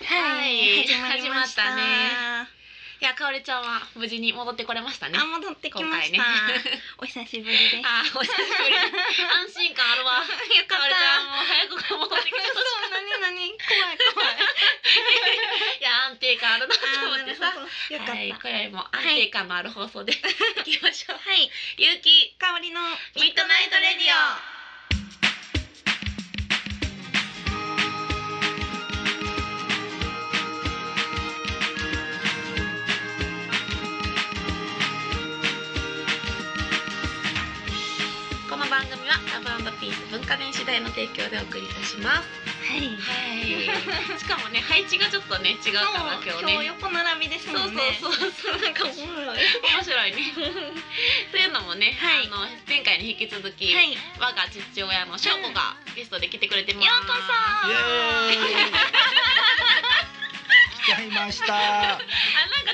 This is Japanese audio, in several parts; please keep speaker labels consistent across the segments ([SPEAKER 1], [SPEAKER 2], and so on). [SPEAKER 1] イエーイ
[SPEAKER 2] 始まりました
[SPEAKER 1] 始まったね
[SPEAKER 2] ね
[SPEAKER 1] いやかおりちゃんは無事に戻ってこれましたね
[SPEAKER 2] あ戻ってきまし
[SPEAKER 1] 今
[SPEAKER 2] た、
[SPEAKER 1] 回
[SPEAKER 2] お久しぶりです
[SPEAKER 1] あーお久しぶり安心感あるわ
[SPEAKER 2] よか
[SPEAKER 1] かお
[SPEAKER 2] っ
[SPEAKER 1] りちゃん
[SPEAKER 2] た
[SPEAKER 1] も早く戻ってきてほし
[SPEAKER 2] そうなになに怖い怖い
[SPEAKER 1] いいや安定感あるなと
[SPEAKER 2] あ
[SPEAKER 1] 思っ
[SPEAKER 2] ーなる
[SPEAKER 1] て
[SPEAKER 2] ほ
[SPEAKER 1] さ
[SPEAKER 2] どよかっ
[SPEAKER 1] は
[SPEAKER 2] た、
[SPEAKER 1] い、
[SPEAKER 2] は
[SPEAKER 1] 今宵も安定感のある放送でいきましょう、
[SPEAKER 2] い、
[SPEAKER 1] ゆうき
[SPEAKER 2] 香りの
[SPEAKER 1] ミッドナイトレディオこの番組はラブピース文化電子台の提供でお送りいたします
[SPEAKER 2] はい
[SPEAKER 1] はい。 しかもね、配置がちょっとね、違うかな、今
[SPEAKER 2] そう
[SPEAKER 1] 日
[SPEAKER 2] 今日
[SPEAKER 1] ね。
[SPEAKER 2] 横並びです
[SPEAKER 1] そう
[SPEAKER 2] もんね
[SPEAKER 1] そうそうそう、なんか面
[SPEAKER 2] 面白いは
[SPEAKER 1] 白いね。 というのもね、
[SPEAKER 2] は
[SPEAKER 1] あ
[SPEAKER 2] い
[SPEAKER 1] の前回に引き続き、
[SPEAKER 2] いよ
[SPEAKER 1] 我が父親の翔子がゲストで来てくれてます。
[SPEAKER 2] うこ
[SPEAKER 1] あ、
[SPEAKER 2] そ
[SPEAKER 3] イエーイ 来ちゃいました。
[SPEAKER 1] なんか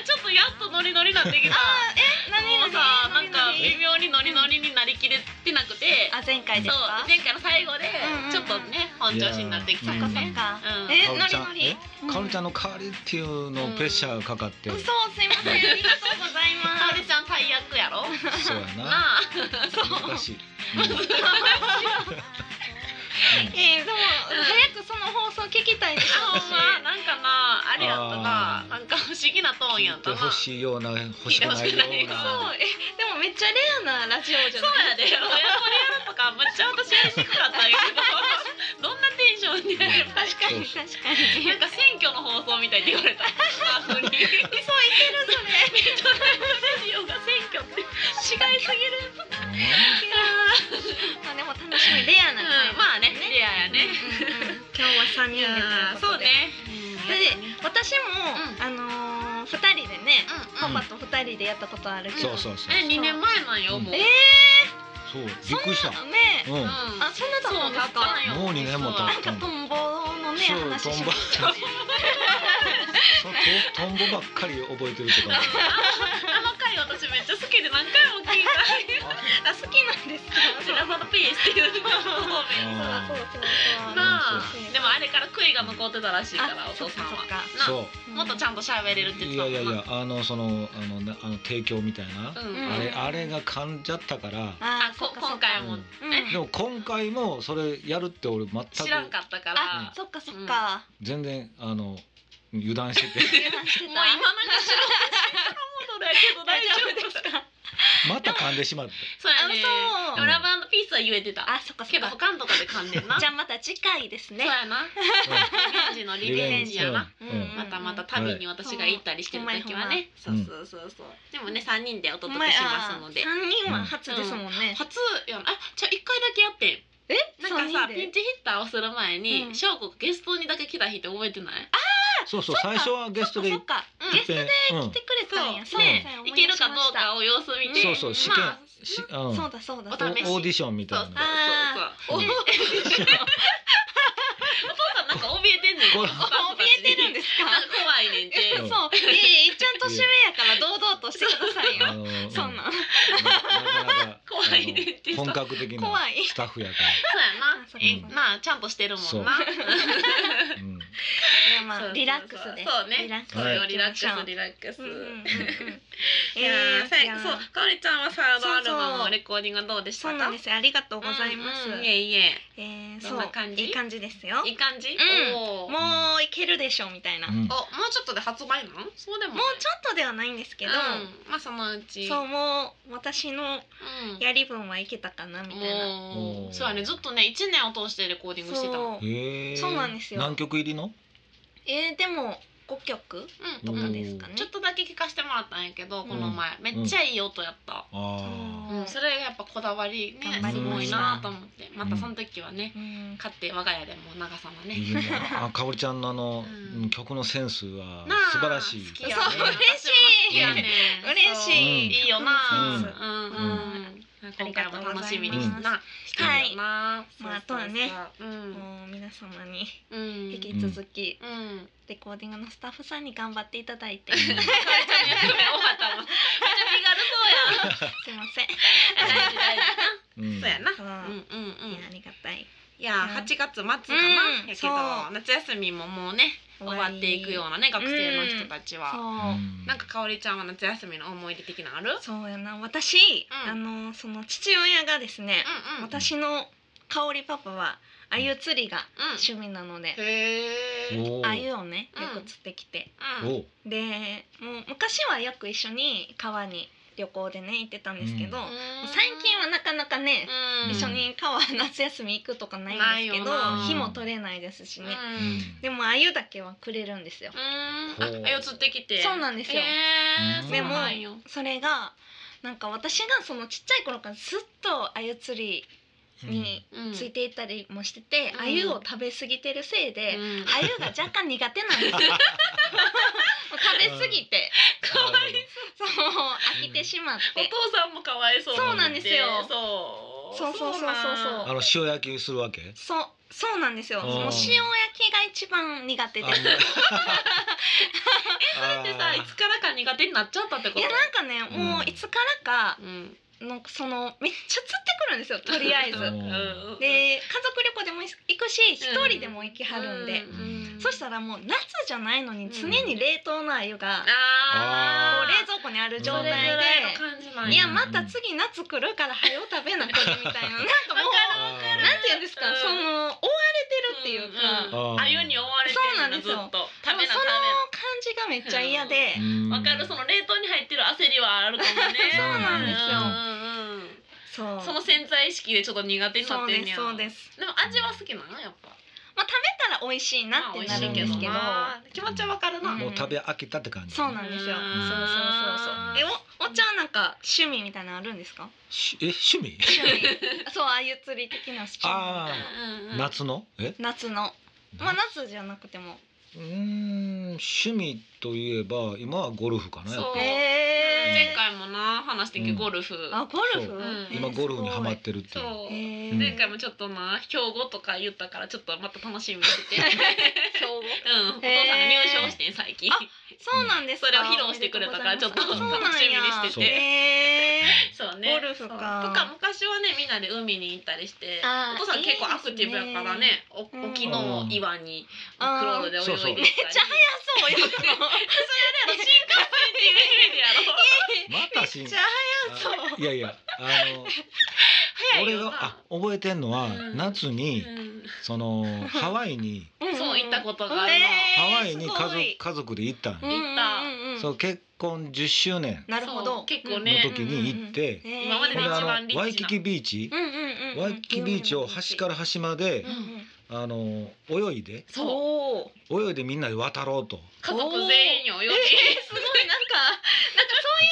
[SPEAKER 1] ちょっとやっとノリノリなってきた。
[SPEAKER 2] あえ何
[SPEAKER 1] もう
[SPEAKER 2] 何
[SPEAKER 1] さ、なん
[SPEAKER 2] 何
[SPEAKER 1] か
[SPEAKER 2] 何
[SPEAKER 1] 微妙にノリノリになりきれてなくて。
[SPEAKER 2] あ前回で
[SPEAKER 1] そ
[SPEAKER 2] す
[SPEAKER 1] う
[SPEAKER 2] か、
[SPEAKER 1] 前回の最後で
[SPEAKER 2] うんうんうん
[SPEAKER 1] ちょっとね本調子になってきた
[SPEAKER 3] い
[SPEAKER 1] ね
[SPEAKER 3] やー
[SPEAKER 1] うん
[SPEAKER 2] そっかそっか
[SPEAKER 1] うん
[SPEAKER 2] え
[SPEAKER 3] かおりちゃん
[SPEAKER 2] ノリノリうん
[SPEAKER 3] えかおりちゃんの代わりっていうのをプレッシャーかかって。
[SPEAKER 2] 嘘すいませんありがとうござい
[SPEAKER 1] か
[SPEAKER 2] ま
[SPEAKER 1] おり
[SPEAKER 2] す
[SPEAKER 1] ちゃん最悪や ろ
[SPEAKER 3] そうやな。
[SPEAKER 1] なあ
[SPEAKER 3] 難しい。うんうん
[SPEAKER 2] えー、でも早くその放送聞きたいです
[SPEAKER 1] あ、ほんま、なんかな、あれやったな
[SPEAKER 3] あ、ー
[SPEAKER 1] なんか不思議なトーンや
[SPEAKER 3] 聞
[SPEAKER 1] っ
[SPEAKER 3] い
[SPEAKER 1] たな。
[SPEAKER 3] てほしいような、欲しくないよう
[SPEAKER 2] そ
[SPEAKER 3] な
[SPEAKER 2] う。えでもめっちゃレアなラジオじ
[SPEAKER 1] そ
[SPEAKER 2] ゃ
[SPEAKER 1] う
[SPEAKER 2] ない
[SPEAKER 1] やで、親子でやるとか、むっちゃ私やりにくかったんやけど。どんなテンションでやる。
[SPEAKER 2] 確かに確かに
[SPEAKER 1] なんか選挙の放送みたいって言われた。スタッフに。
[SPEAKER 2] 嘘いけるそれ
[SPEAKER 1] ミッドナイトレディオが選挙って。違いすぎる。
[SPEAKER 2] まあでも楽しみレアな
[SPEAKER 1] うん、
[SPEAKER 2] 回、
[SPEAKER 1] まあね、レアやね。
[SPEAKER 2] うんうん今日は三
[SPEAKER 1] い
[SPEAKER 2] 人で
[SPEAKER 1] やー、そうね。
[SPEAKER 2] ということでで私も、
[SPEAKER 1] うん
[SPEAKER 2] あのー、二人でね、
[SPEAKER 1] うん、うん。
[SPEAKER 2] パパと二人でやったことあるけ
[SPEAKER 3] そ
[SPEAKER 2] ど、
[SPEAKER 3] うそうそう。
[SPEAKER 1] え、二年前なんよ、もう。
[SPEAKER 2] え
[SPEAKER 3] そう、びっくりした
[SPEAKER 2] ー、。ね
[SPEAKER 3] うん。も
[SPEAKER 1] うん
[SPEAKER 2] あそんなとこなんですか
[SPEAKER 1] そう経ったんよ
[SPEAKER 3] う二年も経
[SPEAKER 2] なん
[SPEAKER 3] っ
[SPEAKER 2] か
[SPEAKER 3] た
[SPEAKER 2] ト
[SPEAKER 3] の。
[SPEAKER 2] ンボのね
[SPEAKER 3] そう、
[SPEAKER 2] 話
[SPEAKER 3] ト
[SPEAKER 2] しま
[SPEAKER 3] ンボ。
[SPEAKER 2] した
[SPEAKER 3] そうトンボばっかり覚えて るとか。
[SPEAKER 1] あの回私めっちゃ好きで何回も 聞いた。
[SPEAKER 2] あ好きなんですか
[SPEAKER 1] ジラサのピースっていうのを
[SPEAKER 2] そう
[SPEAKER 3] あ
[SPEAKER 2] そうそうそう
[SPEAKER 1] なあ
[SPEAKER 2] うん
[SPEAKER 1] でもあれから悔いが残ってたらしいから
[SPEAKER 2] あ
[SPEAKER 1] お父さん
[SPEAKER 2] そっ
[SPEAKER 1] は
[SPEAKER 2] か
[SPEAKER 1] な
[SPEAKER 3] そう。
[SPEAKER 1] もっとちゃんと喋れるって言っ
[SPEAKER 3] い
[SPEAKER 1] てた
[SPEAKER 3] や
[SPEAKER 1] もん
[SPEAKER 3] い
[SPEAKER 1] な
[SPEAKER 3] やいや、あの、その、あの、なあの提供みたいな。
[SPEAKER 1] うん
[SPEAKER 3] あれ、
[SPEAKER 2] うん
[SPEAKER 3] あれが噛んじゃったから。
[SPEAKER 1] あ
[SPEAKER 2] あ
[SPEAKER 1] こ今回も
[SPEAKER 2] うん
[SPEAKER 1] ね
[SPEAKER 3] でも今回もそれやるって俺全く
[SPEAKER 1] 知らんかったから
[SPEAKER 2] あそっかそっか、
[SPEAKER 3] 全然あの油断してて
[SPEAKER 2] 油断して
[SPEAKER 1] もう
[SPEAKER 2] た
[SPEAKER 1] 今なんか知らんだけど大
[SPEAKER 2] 大丈
[SPEAKER 1] 丈夫
[SPEAKER 2] 夫ですか
[SPEAKER 3] また噛んでしまって
[SPEAKER 1] そうやね
[SPEAKER 2] あ
[SPEAKER 1] でもラブピースは言えてた
[SPEAKER 2] あそっかそ
[SPEAKER 1] け
[SPEAKER 2] っ
[SPEAKER 1] ど
[SPEAKER 2] か
[SPEAKER 1] 他のとこで噛んでんな
[SPEAKER 2] じ
[SPEAKER 1] そ
[SPEAKER 2] ゃあまた次回です
[SPEAKER 1] う
[SPEAKER 2] ね
[SPEAKER 1] やなリベンジのリベンジやな
[SPEAKER 3] うん
[SPEAKER 2] うんうん
[SPEAKER 1] またまた旅に私が行ったりしてる時はねそううんそうそうそうでもね三人でお
[SPEAKER 2] お
[SPEAKER 1] 届
[SPEAKER 2] 前
[SPEAKER 1] けし
[SPEAKER 2] あ
[SPEAKER 1] ますので
[SPEAKER 2] 三人は初ですもんね、
[SPEAKER 1] 初やなあじゃあ一回だけやってん
[SPEAKER 2] え
[SPEAKER 1] なんかさ
[SPEAKER 2] 三人で
[SPEAKER 1] ピンチヒッターをする前
[SPEAKER 2] う
[SPEAKER 1] に
[SPEAKER 2] ん
[SPEAKER 1] 翔子、ゲストにだけ来た日って覚えてない
[SPEAKER 3] そうそう最初はゲストで
[SPEAKER 2] そっか
[SPEAKER 1] うん
[SPEAKER 2] ゲスト
[SPEAKER 3] で
[SPEAKER 2] 来てくれたんや
[SPEAKER 1] そう
[SPEAKER 2] ね
[SPEAKER 1] いけるかどうかを様子見て
[SPEAKER 3] そうそう試験
[SPEAKER 1] まあ
[SPEAKER 3] しう
[SPEAKER 2] そ
[SPEAKER 3] ん
[SPEAKER 2] うだそうだ
[SPEAKER 1] お
[SPEAKER 2] そうだ
[SPEAKER 1] 試し
[SPEAKER 3] おオーディションみ
[SPEAKER 1] そう
[SPEAKER 3] たい
[SPEAKER 1] そう
[SPEAKER 3] な
[SPEAKER 1] そうそうお
[SPEAKER 3] あー
[SPEAKER 1] お父さんなんか怯えてんねん
[SPEAKER 3] こ
[SPEAKER 1] お母さんたち
[SPEAKER 2] 怯えてるん
[SPEAKER 1] に
[SPEAKER 2] です
[SPEAKER 1] なん
[SPEAKER 2] か
[SPEAKER 1] か怖いねんて
[SPEAKER 3] う
[SPEAKER 2] そ
[SPEAKER 3] ん
[SPEAKER 2] うえいっちゃん年上やから堂々としてください
[SPEAKER 3] あ
[SPEAKER 2] よ
[SPEAKER 3] のうん
[SPEAKER 2] そんなん
[SPEAKER 3] なかなか
[SPEAKER 1] 怖いねって
[SPEAKER 3] あの本格的な
[SPEAKER 2] 怖い
[SPEAKER 3] スタッフやか
[SPEAKER 1] そうやな
[SPEAKER 2] あそっか
[SPEAKER 1] えなあちゃんとしてるも
[SPEAKER 3] そ
[SPEAKER 1] ん
[SPEAKER 3] う
[SPEAKER 1] な
[SPEAKER 3] ら、うん、
[SPEAKER 2] いやま
[SPEAKER 1] そうそうそ
[SPEAKER 2] あ
[SPEAKER 1] う
[SPEAKER 2] リラックスで
[SPEAKER 1] そうね
[SPEAKER 2] リラックス
[SPEAKER 3] はい
[SPEAKER 2] で
[SPEAKER 1] リラックス
[SPEAKER 2] いきましょう
[SPEAKER 1] リラックス
[SPEAKER 2] うんうんうんうん
[SPEAKER 1] いや
[SPEAKER 2] え
[SPEAKER 1] ーさやそうかおりちゃんはさあの
[SPEAKER 2] そ
[SPEAKER 1] ア
[SPEAKER 2] うそう
[SPEAKER 1] ルバムのレコーディングはどうでした
[SPEAKER 2] そ
[SPEAKER 1] か
[SPEAKER 2] うなんですよありがとうございます、
[SPEAKER 1] うんうんいえいえ
[SPEAKER 2] えー
[SPEAKER 1] ど
[SPEAKER 2] そ
[SPEAKER 1] ん
[SPEAKER 2] う
[SPEAKER 1] な感じ
[SPEAKER 2] いい感じですよ
[SPEAKER 1] いい感じ、
[SPEAKER 2] うん
[SPEAKER 1] おーもう
[SPEAKER 2] もういけるでしょみたいな、
[SPEAKER 3] う、
[SPEAKER 2] もうん
[SPEAKER 1] おもうちょっとで発売なんそうでもない
[SPEAKER 2] ちょっとではないんですけど、
[SPEAKER 1] うん、まあそのうち
[SPEAKER 2] そうもう私の
[SPEAKER 1] うん
[SPEAKER 2] やり分はいけたかなみたいな
[SPEAKER 1] も
[SPEAKER 3] お
[SPEAKER 1] う
[SPEAKER 3] ー
[SPEAKER 1] そうやねずっとね一年を通してレコーディングしてたの
[SPEAKER 2] そう
[SPEAKER 3] へー
[SPEAKER 2] そうなんですよ
[SPEAKER 3] 何曲入りの
[SPEAKER 2] えー、でも5曲
[SPEAKER 1] う
[SPEAKER 2] と
[SPEAKER 1] ん
[SPEAKER 2] かですかね
[SPEAKER 1] ちょっとだけ聞かせてもらったんやけどこの前、めっちゃいい音やった、
[SPEAKER 3] あ
[SPEAKER 1] うんそれがやっぱこだわりね
[SPEAKER 2] 頑
[SPEAKER 3] 張
[SPEAKER 1] す
[SPEAKER 3] りま
[SPEAKER 1] ごい
[SPEAKER 3] した
[SPEAKER 1] なと思ってまた
[SPEAKER 3] うん
[SPEAKER 1] その時はね
[SPEAKER 2] うん
[SPEAKER 1] 買って我が家でも長さの
[SPEAKER 3] ー
[SPEAKER 1] ね
[SPEAKER 3] いいなあかおりちゃんのあの、
[SPEAKER 1] うん
[SPEAKER 3] うん曲のセンスは
[SPEAKER 1] なあ
[SPEAKER 3] 素晴らしい
[SPEAKER 1] 好き
[SPEAKER 2] そう
[SPEAKER 1] やね
[SPEAKER 2] 嬉しい
[SPEAKER 1] いやね
[SPEAKER 2] 嬉しい、
[SPEAKER 3] うん
[SPEAKER 1] いいよな、
[SPEAKER 3] うん
[SPEAKER 1] うんうん今回も楽しみに
[SPEAKER 3] あり
[SPEAKER 1] し
[SPEAKER 3] がとうございま
[SPEAKER 1] な
[SPEAKER 3] す
[SPEAKER 1] してるよな、
[SPEAKER 2] まああとはね
[SPEAKER 1] そうそうそう
[SPEAKER 2] もう皆様に
[SPEAKER 1] うん うん
[SPEAKER 2] 引き続き、
[SPEAKER 1] うん
[SPEAKER 2] レコーディングのスタッフさんに頑張っていただいて
[SPEAKER 3] う
[SPEAKER 2] すい
[SPEAKER 3] ん
[SPEAKER 1] かおりちゃんの役目終わったもんめっちゃ身軽そうやん
[SPEAKER 2] ません
[SPEAKER 1] 大事大事
[SPEAKER 3] う ん
[SPEAKER 1] そうやな
[SPEAKER 2] そ
[SPEAKER 1] う
[SPEAKER 2] う
[SPEAKER 1] んうんうん
[SPEAKER 2] いやありがたい
[SPEAKER 1] いいやー、
[SPEAKER 2] うん
[SPEAKER 1] 8月末かな、
[SPEAKER 2] う
[SPEAKER 1] や
[SPEAKER 2] ん
[SPEAKER 1] けど
[SPEAKER 2] そう
[SPEAKER 1] 夏休みももうね終わっていくようなね学生の人たちは、
[SPEAKER 2] そう
[SPEAKER 1] なんかかおりちゃんは夏休みの思い出的なのある
[SPEAKER 2] そうやな私、
[SPEAKER 1] うん
[SPEAKER 2] あのその父親がですね、
[SPEAKER 1] うんうん
[SPEAKER 2] 私の香りパパは鮎釣りが
[SPEAKER 1] う
[SPEAKER 2] 趣味なので
[SPEAKER 1] んへー
[SPEAKER 3] おー
[SPEAKER 2] 鮎、をね
[SPEAKER 1] うん
[SPEAKER 2] よく釣ってきて、
[SPEAKER 1] うん
[SPEAKER 3] お
[SPEAKER 2] でもう昔はよく一緒に川に旅行でね行ってたんですけど、
[SPEAKER 3] う
[SPEAKER 2] 最近はなかなかね、
[SPEAKER 1] うん
[SPEAKER 2] 一緒に川夏休み行くとかないんですけど
[SPEAKER 1] ないよ
[SPEAKER 3] な
[SPEAKER 2] 日も取れないですし
[SPEAKER 1] う
[SPEAKER 2] ね、
[SPEAKER 3] うんん
[SPEAKER 2] でも鮎だけはくれるんですよ。
[SPEAKER 1] う
[SPEAKER 3] ほ
[SPEAKER 1] ん
[SPEAKER 3] う
[SPEAKER 1] あ、あよ釣ってきて。
[SPEAKER 2] そうなんですよ
[SPEAKER 1] えー、
[SPEAKER 3] うん
[SPEAKER 1] で
[SPEAKER 2] で
[SPEAKER 1] も
[SPEAKER 2] も、
[SPEAKER 1] うん
[SPEAKER 2] それがなんか私がそのちっちゃい頃からずっと鮎釣りについていったりもしてて、
[SPEAKER 1] うん
[SPEAKER 2] 鮎を食べ過ぎてるせいで、
[SPEAKER 1] うん
[SPEAKER 2] 鮎が若干苦手なんですよもう食べ過ぎて、
[SPEAKER 3] かわい
[SPEAKER 2] そう飽きてしまっ
[SPEAKER 1] お
[SPEAKER 2] て、
[SPEAKER 1] 父さんもかわいそう
[SPEAKER 2] そうなんですよ
[SPEAKER 1] そう。
[SPEAKER 2] そうそうそうそうそう
[SPEAKER 3] あの塩焼きするわけ
[SPEAKER 2] そうそうなんですよ
[SPEAKER 3] あ
[SPEAKER 2] そ
[SPEAKER 3] ー
[SPEAKER 2] の塩焼きが一番苦手で
[SPEAKER 3] あんな
[SPEAKER 1] だってさ、いつからか苦手になっちゃったってこと。
[SPEAKER 2] いやなんかねもういつからか
[SPEAKER 1] うん。
[SPEAKER 2] のそのめっちゃ釣ってくるんですよとりあえず
[SPEAKER 3] う。ん
[SPEAKER 1] うん
[SPEAKER 2] で家族旅行でも行くし一
[SPEAKER 1] うん
[SPEAKER 2] 人でも行きはるんで、
[SPEAKER 1] う
[SPEAKER 2] そしたらもう夏じゃないのに常に冷凍の鮎が、
[SPEAKER 1] あ
[SPEAKER 2] こ
[SPEAKER 1] ー
[SPEAKER 2] う冷蔵庫にある
[SPEAKER 1] そ
[SPEAKER 2] 状態
[SPEAKER 1] れぐらいの
[SPEAKER 2] で
[SPEAKER 1] 感じなん
[SPEAKER 2] い
[SPEAKER 1] や。
[SPEAKER 2] やまた次夏来るから早う食べなこれみ たいななんかもう
[SPEAKER 3] わかるわか
[SPEAKER 2] な
[SPEAKER 3] る
[SPEAKER 2] んていうんですか、
[SPEAKER 1] うん
[SPEAKER 2] その追われてるっていうか、
[SPEAKER 3] んあー
[SPEAKER 1] あゆに追われてるのずっ
[SPEAKER 2] そうなん
[SPEAKER 1] と食べな
[SPEAKER 2] そ
[SPEAKER 1] 食
[SPEAKER 2] の
[SPEAKER 1] べな
[SPEAKER 2] 感じがめっちゃ嫌で、
[SPEAKER 3] うん
[SPEAKER 1] わかるその冷凍に入ってる焦りはあるかもね
[SPEAKER 2] そうなんです
[SPEAKER 3] よ
[SPEAKER 1] んですよ
[SPEAKER 2] そう
[SPEAKER 1] その潜在意識でちょっと苦手にな
[SPEAKER 2] そ
[SPEAKER 1] っ
[SPEAKER 2] う
[SPEAKER 1] て
[SPEAKER 2] で
[SPEAKER 1] んね
[SPEAKER 2] す
[SPEAKER 1] や
[SPEAKER 2] そうです
[SPEAKER 1] でも味は好きなのやっぱ
[SPEAKER 2] まあ食べたら美味しいなってなるんですけど,、
[SPEAKER 1] まあ美味しいけどな気持ちはわかるな、
[SPEAKER 2] うん
[SPEAKER 3] もう食べ飽きたって感じ
[SPEAKER 2] そうなんですよ
[SPEAKER 1] う
[SPEAKER 2] そ
[SPEAKER 1] ん
[SPEAKER 2] うそうそうそうえおお茶はなんか趣味みたいなのあるんですか
[SPEAKER 3] しえ趣味
[SPEAKER 2] 趣味そうあゆ釣り的な趣味みたい
[SPEAKER 3] あ
[SPEAKER 2] な
[SPEAKER 1] うんうん
[SPEAKER 3] 夏のえ
[SPEAKER 2] 夏のまあ夏じゃなくても
[SPEAKER 3] うーん趣味といえば今はゴルフかなやっ
[SPEAKER 1] そう
[SPEAKER 3] ぱ
[SPEAKER 2] へ
[SPEAKER 1] 前回もな話してんけど
[SPEAKER 3] う
[SPEAKER 1] ゴ
[SPEAKER 3] ん
[SPEAKER 1] ルフ、
[SPEAKER 2] あゴル
[SPEAKER 3] そう
[SPEAKER 2] フ、
[SPEAKER 1] うん
[SPEAKER 3] 今ゴルフにハマっててるって
[SPEAKER 1] そ
[SPEAKER 3] いうう、
[SPEAKER 2] へ
[SPEAKER 3] ー
[SPEAKER 1] 前回もちょっとな標語とか言ったからちょっとまた楽しみにして てうんお父さんが入賞してん最近
[SPEAKER 2] あそうなんですか
[SPEAKER 1] それを披露してくれたからちょっと
[SPEAKER 2] あそうなんや
[SPEAKER 1] 楽しみにして
[SPEAKER 3] て
[SPEAKER 2] へー
[SPEAKER 1] そうね
[SPEAKER 2] ゴルフか
[SPEAKER 1] そうとか昔はねみんなで海に行ったりして
[SPEAKER 2] あー
[SPEAKER 1] お父さん結構アクティブやからね
[SPEAKER 2] いい
[SPEAKER 1] お
[SPEAKER 2] うん
[SPEAKER 1] 沖の岩にクロ
[SPEAKER 2] あー
[SPEAKER 1] ールで
[SPEAKER 3] そうそう
[SPEAKER 1] 泳いできたり
[SPEAKER 2] めっちゃ早 そうよ
[SPEAKER 1] あの新幹線
[SPEAKER 3] またし
[SPEAKER 2] めっ
[SPEAKER 3] ん
[SPEAKER 2] ちゃ早そう
[SPEAKER 3] いやいやあの
[SPEAKER 1] で入れるやろ早い
[SPEAKER 3] 俺
[SPEAKER 1] よ
[SPEAKER 3] が
[SPEAKER 1] な
[SPEAKER 3] あ覚えてんのは、
[SPEAKER 1] うん
[SPEAKER 3] 夏に、
[SPEAKER 1] うん
[SPEAKER 3] そのハワイに
[SPEAKER 2] うんん
[SPEAKER 1] そう行ったことがあるな
[SPEAKER 2] へー
[SPEAKER 3] ハワイ
[SPEAKER 2] す
[SPEAKER 3] に家
[SPEAKER 2] ご
[SPEAKER 3] 族
[SPEAKER 2] い
[SPEAKER 3] 家族で行ったん
[SPEAKER 2] う
[SPEAKER 3] よ
[SPEAKER 2] ん
[SPEAKER 1] 行った
[SPEAKER 2] うんうん
[SPEAKER 3] そう結婚10周年
[SPEAKER 2] なるほ
[SPEAKER 1] そ
[SPEAKER 2] ど
[SPEAKER 1] う結構
[SPEAKER 3] の
[SPEAKER 1] ね
[SPEAKER 3] 時に行って、
[SPEAKER 2] うんうんうん
[SPEAKER 1] 今まで
[SPEAKER 3] ほ
[SPEAKER 1] で
[SPEAKER 3] んで
[SPEAKER 1] 一
[SPEAKER 3] あの
[SPEAKER 1] 番リッチな
[SPEAKER 3] ワイキキビーチ
[SPEAKER 2] う、んうんうん
[SPEAKER 3] ワイキキビーチを端から端まで
[SPEAKER 2] う、んうん
[SPEAKER 3] あの泳いで
[SPEAKER 1] そう
[SPEAKER 2] おー
[SPEAKER 3] 泳いでみんなで渡ろうと
[SPEAKER 1] 家族全員に泳いで
[SPEAKER 2] えすごいなんかなんかそういう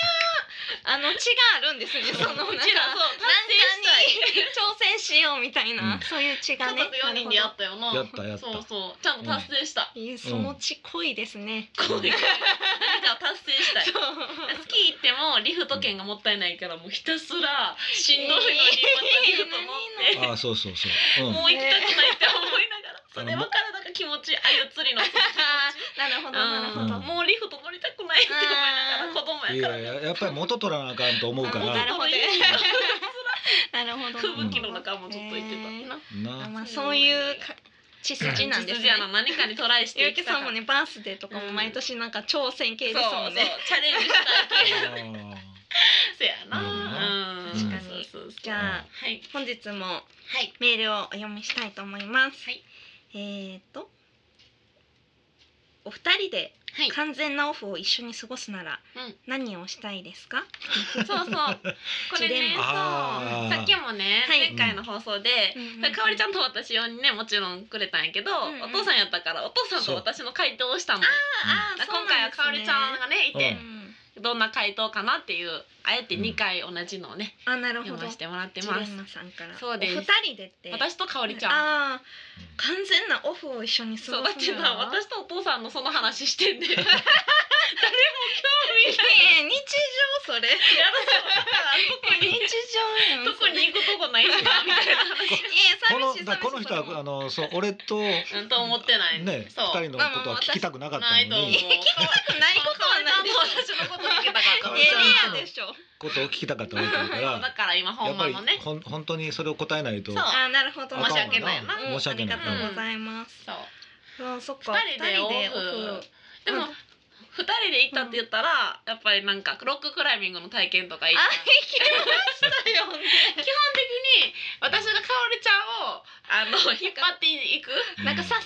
[SPEAKER 2] あの血があるんですねそ
[SPEAKER 1] う
[SPEAKER 2] のなんか
[SPEAKER 1] ちらそう達成
[SPEAKER 2] 何かに挑戦しようみたいな、
[SPEAKER 3] うん
[SPEAKER 2] そういう血
[SPEAKER 1] した
[SPEAKER 2] が
[SPEAKER 1] い
[SPEAKER 2] ね
[SPEAKER 1] 家族四人でやったよな
[SPEAKER 3] やったやった
[SPEAKER 1] そうそうちゃんと達成した、
[SPEAKER 2] なるほどいやその血濃いですね、
[SPEAKER 1] こうで何かを達成したい
[SPEAKER 2] そう
[SPEAKER 1] スキー行ってもリフト券がもったいないからもうひたすらしんどいのにまたリフト持って、
[SPEAKER 3] ああそうそうそう、うん、
[SPEAKER 1] もう行きたくないって思いな がらそれ分からなんか気持ちあゆ釣りのその気持ち
[SPEAKER 2] なるほどなるほ
[SPEAKER 1] うん
[SPEAKER 2] ど、
[SPEAKER 3] うん
[SPEAKER 1] もうリフト乗りたくないって思いながら子供
[SPEAKER 3] い
[SPEAKER 1] やから
[SPEAKER 3] やいややっぱり元取らなあかんと思うか
[SPEAKER 2] あ
[SPEAKER 3] ら
[SPEAKER 2] なるほど
[SPEAKER 1] うん
[SPEAKER 2] なるほど
[SPEAKER 1] 吹雪の中もちょっと行ってたな
[SPEAKER 2] あ
[SPEAKER 3] な
[SPEAKER 2] まあそういうか血筋なんですね
[SPEAKER 1] 血筋やな何かにトライして
[SPEAKER 2] ゆう
[SPEAKER 1] い
[SPEAKER 2] き
[SPEAKER 1] きた
[SPEAKER 2] さん
[SPEAKER 1] か
[SPEAKER 2] も
[SPEAKER 1] ら
[SPEAKER 2] ねバースデーとかも毎年なんか挑戦系
[SPEAKER 1] そう
[SPEAKER 2] です
[SPEAKER 1] そう
[SPEAKER 2] もんね、
[SPEAKER 1] チャレンジしたい系
[SPEAKER 3] あ
[SPEAKER 1] せやな
[SPEAKER 3] な
[SPEAKER 1] うん
[SPEAKER 3] るほど
[SPEAKER 2] な
[SPEAKER 1] そうそうそう
[SPEAKER 2] じゃあ
[SPEAKER 1] はい
[SPEAKER 2] 本日も
[SPEAKER 1] はい
[SPEAKER 2] メールをお読みしたいと思います。
[SPEAKER 1] はい
[SPEAKER 2] えー、とお二人で
[SPEAKER 1] はい
[SPEAKER 2] 完全なオフを一緒に過ごすなら
[SPEAKER 1] うん
[SPEAKER 2] 何をしたいですか？
[SPEAKER 1] そうそうこ れね
[SPEAKER 2] ジレン
[SPEAKER 1] そう
[SPEAKER 2] マ
[SPEAKER 3] あー
[SPEAKER 1] さっきもね
[SPEAKER 2] はい
[SPEAKER 1] 前回の放送で
[SPEAKER 2] うんうん
[SPEAKER 1] それかおりちゃんと私用にねもちろんくれたんやけど
[SPEAKER 2] んうん
[SPEAKER 1] お父さんやったからお父さんと私の回答をしたの
[SPEAKER 2] あ
[SPEAKER 1] だから今回はかおりちゃんがねい
[SPEAKER 2] あ、
[SPEAKER 1] て
[SPEAKER 2] うん
[SPEAKER 1] どんな回答かなっていうあえて2回同じのをね
[SPEAKER 2] あなるほ
[SPEAKER 1] 読
[SPEAKER 2] ど。
[SPEAKER 1] ませてもらって
[SPEAKER 2] ジレ
[SPEAKER 1] ます
[SPEAKER 2] ンマさんから。
[SPEAKER 1] そうです
[SPEAKER 2] お二人でって。
[SPEAKER 1] 私とかおりちゃん
[SPEAKER 2] ああ完全なオフを一緒に過
[SPEAKER 1] そうだ
[SPEAKER 2] ご
[SPEAKER 1] っ
[SPEAKER 2] す
[SPEAKER 1] て
[SPEAKER 2] な
[SPEAKER 1] な
[SPEAKER 2] ら。
[SPEAKER 1] 私とお父さんの その話してんで誰も興味ない
[SPEAKER 2] いや日常それ。
[SPEAKER 1] やらそうだから特
[SPEAKER 2] 日
[SPEAKER 1] に
[SPEAKER 2] 常やん。
[SPEAKER 1] 特に行くとこないしなみたいな話
[SPEAKER 2] いや
[SPEAKER 3] こ
[SPEAKER 2] 寂しい
[SPEAKER 3] のだ
[SPEAKER 2] 寂しい。
[SPEAKER 3] この人はあのそう俺とね
[SPEAKER 1] うんと思ってない
[SPEAKER 3] 二
[SPEAKER 1] そう
[SPEAKER 3] 人のことは聞きたくなかったの
[SPEAKER 1] ないと思う
[SPEAKER 3] に
[SPEAKER 2] ないことはないでしょ。
[SPEAKER 1] 私のこと聞けたかった
[SPEAKER 3] かお
[SPEAKER 1] もん
[SPEAKER 3] りちゃん
[SPEAKER 2] えレアでしょ。
[SPEAKER 3] ことを聞きたかったわけだか
[SPEAKER 1] そうだ
[SPEAKER 3] ら
[SPEAKER 1] から今
[SPEAKER 3] や
[SPEAKER 1] 本
[SPEAKER 3] っぱ
[SPEAKER 1] 番
[SPEAKER 3] り
[SPEAKER 1] のね
[SPEAKER 3] ほん本当にそれを答えないと
[SPEAKER 1] そう
[SPEAKER 2] あーなるほど
[SPEAKER 1] 申し訳ないよな
[SPEAKER 2] うん
[SPEAKER 3] 申し訳ない
[SPEAKER 2] ありがとうございます、
[SPEAKER 1] そう
[SPEAKER 2] そうそっか
[SPEAKER 1] 二人でオフでも、
[SPEAKER 2] うん
[SPEAKER 1] 二人で行ったって言ったら、やっぱりなんかロッククライミングの体験とかいい
[SPEAKER 2] あ
[SPEAKER 1] か
[SPEAKER 2] 行
[SPEAKER 1] ら
[SPEAKER 2] きましたよね
[SPEAKER 1] 基本的に私がかおりちゃんをあの引っ張っていく、う
[SPEAKER 2] なんか誘って